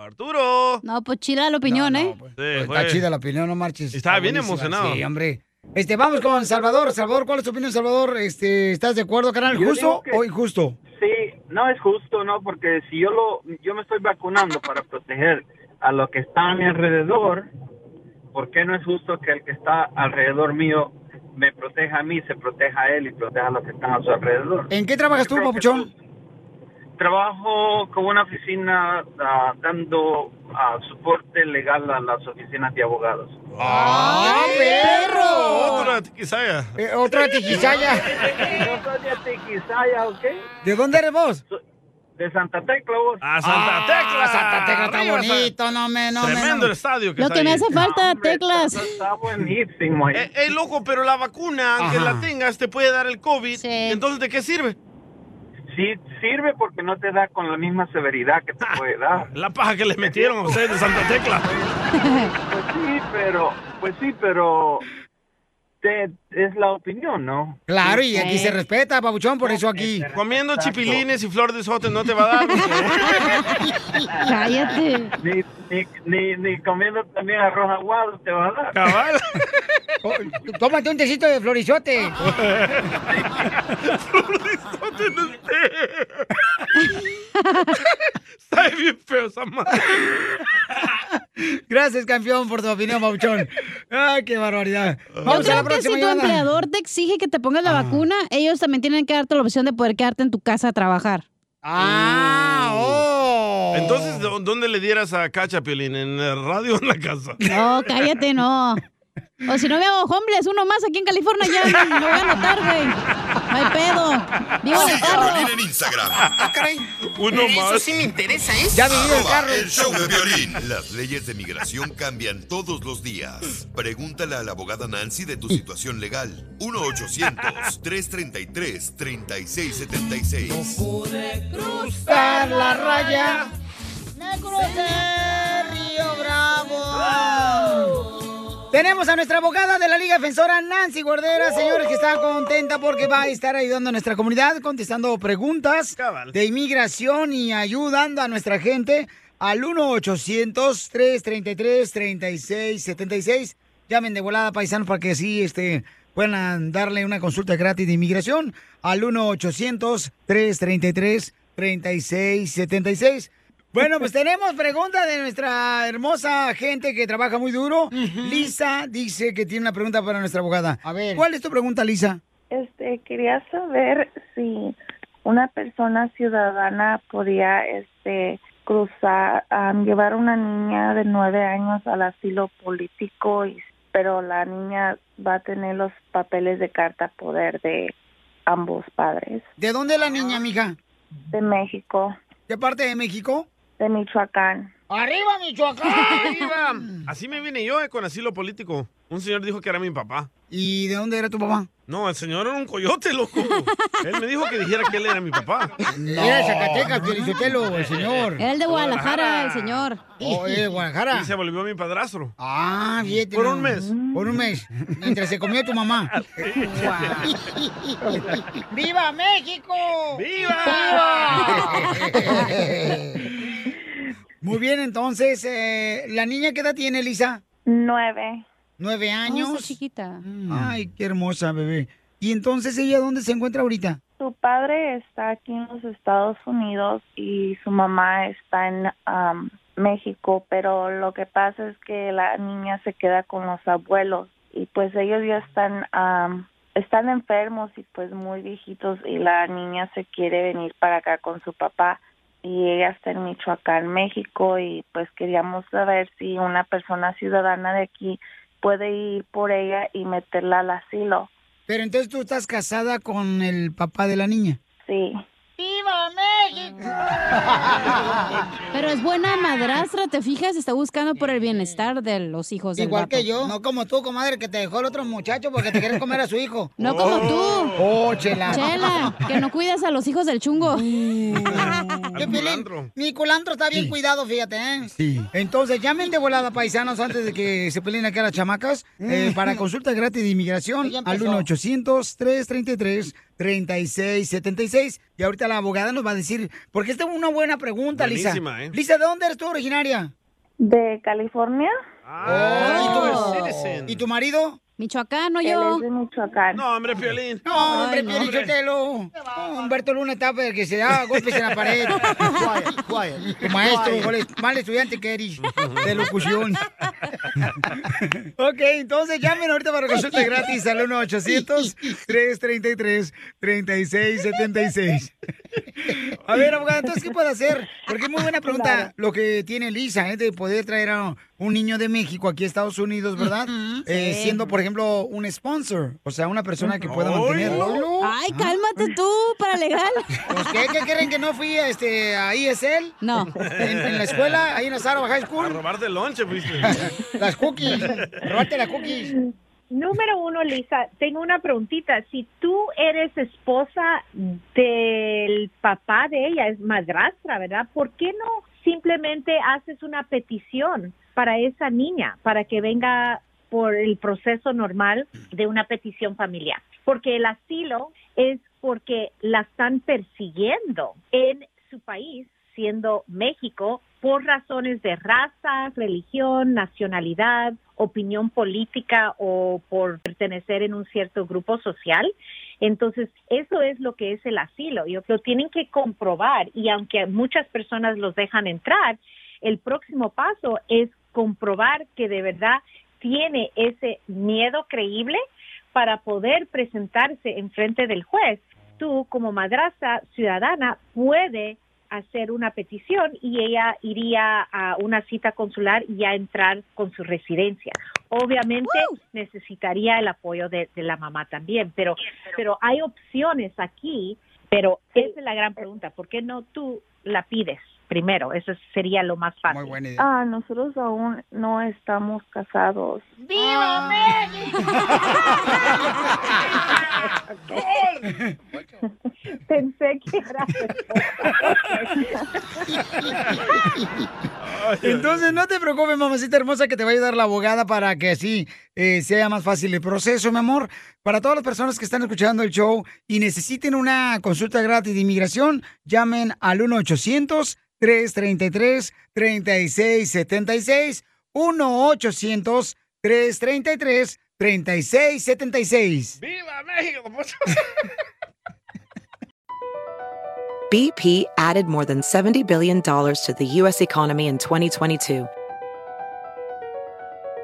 [SPEAKER 4] Arturo.
[SPEAKER 3] No, pues chila la opinión, ¿eh?
[SPEAKER 4] Sí,
[SPEAKER 1] Está
[SPEAKER 4] fue.
[SPEAKER 1] chida la opinión, no marches.
[SPEAKER 4] Estaba bien
[SPEAKER 1] buenísima.
[SPEAKER 4] emocionado.
[SPEAKER 1] Sí, hombre. Este, vamos con Salvador. Salvador, ¿cuál es tu opinión, Salvador? Este, ¿estás de acuerdo, canal?
[SPEAKER 10] Yo
[SPEAKER 1] ¿Justo
[SPEAKER 10] digo que-
[SPEAKER 1] o injusto?
[SPEAKER 10] Sí, no es justo, ¿no? Porque si yo lo, yo me estoy vacunando para proteger a lo que está a mi alrededor, ¿por qué no es justo que el que está alrededor mío me proteja a mí, se proteja a él y proteja a los que están a su alrededor?
[SPEAKER 1] ¿En qué trabajas tú, papuchón?
[SPEAKER 10] Trabajo con una oficina ah, dando ah, soporte legal a las oficinas de abogados.
[SPEAKER 1] ¡Ah, perro!
[SPEAKER 4] Otra tiquisaya.
[SPEAKER 1] Eh, otra tiquisaya.
[SPEAKER 10] Yo soy de Tiquisaya, ¿ok?
[SPEAKER 1] ¿De dónde eres vos?
[SPEAKER 10] de Santa Tecla, vos.
[SPEAKER 4] ¡A Santa
[SPEAKER 1] Ah,
[SPEAKER 4] Tecla!
[SPEAKER 1] Santa Tecla está
[SPEAKER 4] Arriba, Sa-
[SPEAKER 1] bonito, no me, no me,
[SPEAKER 4] Tremendo
[SPEAKER 1] no me.
[SPEAKER 4] el estadio que
[SPEAKER 3] Lo
[SPEAKER 4] está
[SPEAKER 3] que me
[SPEAKER 4] ahí.
[SPEAKER 3] hace falta, teclas.
[SPEAKER 10] buenísimo ahí.
[SPEAKER 4] Eh, eh, loco, pero la vacuna, aunque
[SPEAKER 10] Ajá.
[SPEAKER 4] la tengas, te puede dar el COVID. Entonces, ¿de qué sirve?
[SPEAKER 10] Sí, sirve porque no te da con la misma severidad que te puede dar.
[SPEAKER 4] La paja que les metieron a ustedes de Santa Tecla.
[SPEAKER 10] Pues sí, pero, pues sí, pero te- es la opinión, ¿no?
[SPEAKER 1] Claro, y aquí se respeta, papuchón, por eso aquí.
[SPEAKER 4] Comiendo chipilines y flor de sote no te va a dar.
[SPEAKER 3] Cállate.
[SPEAKER 10] Ni, ni, ni, ni comiendo también arroz aguado te va a dar.
[SPEAKER 4] Cabal.
[SPEAKER 1] Tómate un tecito de florizote.
[SPEAKER 4] Está bien feo esa madre.
[SPEAKER 1] Gracias, campeón, por tu opinión, papuchón. ¡Ay, qué barbaridad!
[SPEAKER 3] Yo
[SPEAKER 1] Vamos a la
[SPEAKER 3] creo que si tu
[SPEAKER 1] próxima Ah. llamada.
[SPEAKER 3] empleador te exige que te pongas la vacuna, ellos también tienen que darte la opción de poder quedarte en tu casa a trabajar.
[SPEAKER 1] Ah, oh.
[SPEAKER 4] Entonces, ¿dó- ¿dónde le dieras a Cacha, Piolín? ¿En la radio o en la casa?
[SPEAKER 3] No, cállate, no. O si no me hago homeless, uno más aquí en California ya me, me voy a anotar, güey. No hay pedo. Vivo en el
[SPEAKER 5] Sigue a
[SPEAKER 3] carro.
[SPEAKER 5] Piolín en Instagram. Ah,
[SPEAKER 3] caray.
[SPEAKER 5] Uno
[SPEAKER 3] Eso
[SPEAKER 5] más.
[SPEAKER 3] sí me interesa, ¿eh?
[SPEAKER 5] Arroba El show de violín. Las leyes de migración cambian todos los días. Pregúntale a la abogada Nancy de tu situación legal. 1-800-333-3676.
[SPEAKER 1] Cruzar la raya. Me crucé Río Bravo. Tenemos a nuestra abogada de la Liga Defensora, Nancy Guardera, señores, que está contenta porque va a estar ayudando a nuestra comunidad, contestando preguntas de inmigración y ayudando a nuestra gente al 1-800-333-3676. Llamen de volada, paisanos, para que sí este, puedan darle una consulta gratis de inmigración al 1-800-333-3676. Bueno, pues tenemos pregunta de nuestra hermosa gente que trabaja muy duro. Lisa dice que tiene una pregunta para nuestra abogada. A ver. ¿Cuál es tu pregunta, Lisa?
[SPEAKER 27] Este, quería saber si una persona ciudadana podía, este, cruzar, am, llevar una niña de nueve años al asilo político, y, pero la niña va a tener los papeles de carta poder de ambos padres.
[SPEAKER 1] ¿De dónde es la niña, mija?
[SPEAKER 27] De México.
[SPEAKER 1] ¿Qué parte de México?
[SPEAKER 27] De Michoacán.
[SPEAKER 1] ¡Arriba, Michoacán!
[SPEAKER 4] ¡Arriba! Así me vine yo eh, con asilo político. Un señor dijo que era mi papá.
[SPEAKER 1] ¿Y de dónde era tu papá?
[SPEAKER 4] No, el señor era un coyote, loco. Él me dijo que dijera que él era mi papá.
[SPEAKER 1] Era de Zacatecas, Pielichotelo, el señor.
[SPEAKER 3] Era el de Guadalajara, el señor.
[SPEAKER 1] Oh, eh, Guadalajara.
[SPEAKER 4] Y se volvió mi padrastro.
[SPEAKER 1] Ah, fíjate.
[SPEAKER 4] Por
[SPEAKER 1] no.
[SPEAKER 4] un mes.
[SPEAKER 1] Por un mes. Mientras se comió tu mamá. ¡Viva México! Muy bien, entonces, eh, ¿la niña qué edad tiene, Lisa?
[SPEAKER 27] Nueve.
[SPEAKER 1] Nueve
[SPEAKER 27] Oh,
[SPEAKER 1] años.
[SPEAKER 27] está
[SPEAKER 3] chiquita.
[SPEAKER 1] Ay, qué hermosa, bebé. ¿Y entonces ella dónde se encuentra ahorita?
[SPEAKER 27] Su padre está aquí en los Estados Unidos y su mamá está en am, México, pero lo que pasa es que la niña se queda con los abuelos y pues ellos ya están am, están enfermos y pues muy viejitos y la niña se quiere venir para acá con su papá y ella está en Michoacán, México y pues queríamos saber si una persona ciudadana de aquí puede ir por ella y meterla al asilo.
[SPEAKER 1] Pero entonces tú estás casada con el papá de la niña.
[SPEAKER 27] Sí.
[SPEAKER 1] ¡Viva México!
[SPEAKER 3] Pero es buena madrastra, ¿te fijas? Está buscando por el bienestar de los hijos del
[SPEAKER 1] Igual
[SPEAKER 3] vato.
[SPEAKER 1] que yo. Pues No como tú, comadre, que te dejó el otro muchacho porque te quieres comer a su hijo.
[SPEAKER 3] No como tú.
[SPEAKER 1] Oh, chela.
[SPEAKER 3] Chela, que no cuidas a los hijos del chungo.
[SPEAKER 1] Qué pelín. Mi culantro está bien cuidado, fíjate, ¿eh? Sí. Entonces, llamen de volada, paisanos, antes de que se peleen acá las chamacas, eh, para consulta gratis de inmigración
[SPEAKER 6] Ya
[SPEAKER 1] al
[SPEAKER 6] empezó.
[SPEAKER 1] 1-800-333-3676. Y ahorita la abogada nos va a decir, porque esta es una buena pregunta, Lisa.
[SPEAKER 4] Buenísima, ¿eh?
[SPEAKER 1] Lisa, ¿de dónde eres tú originaria?
[SPEAKER 27] ¿De California?
[SPEAKER 1] Oh, ¿y,
[SPEAKER 4] Oh.
[SPEAKER 1] tú- y tu marido?
[SPEAKER 3] Michoacán, no
[SPEAKER 27] Él
[SPEAKER 3] yo.
[SPEAKER 27] es de Michoacán.
[SPEAKER 4] No, hombre, Piolín.
[SPEAKER 1] No, hombre,
[SPEAKER 3] Ay, no,
[SPEAKER 1] Piolín
[SPEAKER 3] hombre.
[SPEAKER 1] Sotelo. No, Humberto Luna está para que se da golpes en la pared.
[SPEAKER 2] Quiet, quiet.
[SPEAKER 1] Tu maestro,
[SPEAKER 2] Quiet.
[SPEAKER 1] mal est- mal estudiante que eres de locución. ok, entonces llamen ahorita para consulta gratis al 1-800-333-3676. A ver, abogada, entonces, ¿qué puede hacer? Porque es muy buena pregunta
[SPEAKER 2] Claro.
[SPEAKER 1] lo que tiene Lisa, ¿eh? de poder traer a un niño de México aquí a Estados Unidos, ¿verdad? Eh,
[SPEAKER 3] Sí.
[SPEAKER 1] Siendo, por ejemplo, un sponsor, o sea, una persona que pueda
[SPEAKER 3] Ay,
[SPEAKER 1] mantenerlo.
[SPEAKER 3] no. Ay, cálmate tú, paralegal.
[SPEAKER 1] ¿Pues qué, ¿Qué creen que no fui a, este, a ESL?
[SPEAKER 3] No.
[SPEAKER 1] En, en la escuela, ahí en la Sarah High School. A robarte el lonche, fuiste. Las cookies, robarte las cookies.
[SPEAKER 22] Número uno, Lisa, tengo una preguntita. Si tú eres esposa del papá de ella, es madrastra, ¿verdad? ¿Por qué no simplemente haces una petición para esa niña, para que venga por el proceso normal de una petición familiar? Porque el asilo es porque la están persiguiendo en su país, siendo México, por razones de raza, religión, nacionalidad, opinión política o por pertenecer en un cierto grupo social. Entonces, eso es lo que es el asilo. y Lo tienen que comprobar y aunque muchas personas los dejan entrar, el próximo paso es comprobar que de verdad tiene ese miedo creíble para poder presentarse en frente del juez. Tú, como madraza ciudadana, puede hacer una petición y ella iría a una cita consular y a entrar con su residencia. Obviamente necesitaría el apoyo de, de la mamá también, pero, pero hay opciones aquí, pero esa es la gran pregunta. ¿Por qué no tú la pides primero? Eso sería lo más fácil.
[SPEAKER 27] Ah, nosotros aún no estamos casados.
[SPEAKER 2] ¡Viva México!
[SPEAKER 22] Pensé que era.
[SPEAKER 1] Entonces, no te preocupes, mamacita hermosa, que te va a ayudar la abogada para que así eh, sea más fácil el proceso, mi amor. Para todas las personas que están escuchando el show y necesiten una consulta gratis de inmigración, llamen al 1-800-333-3676. 1-800-333-3676.
[SPEAKER 2] ¡Viva México!
[SPEAKER 15] BP added more than $70 billion to the U.S. economy in 2022.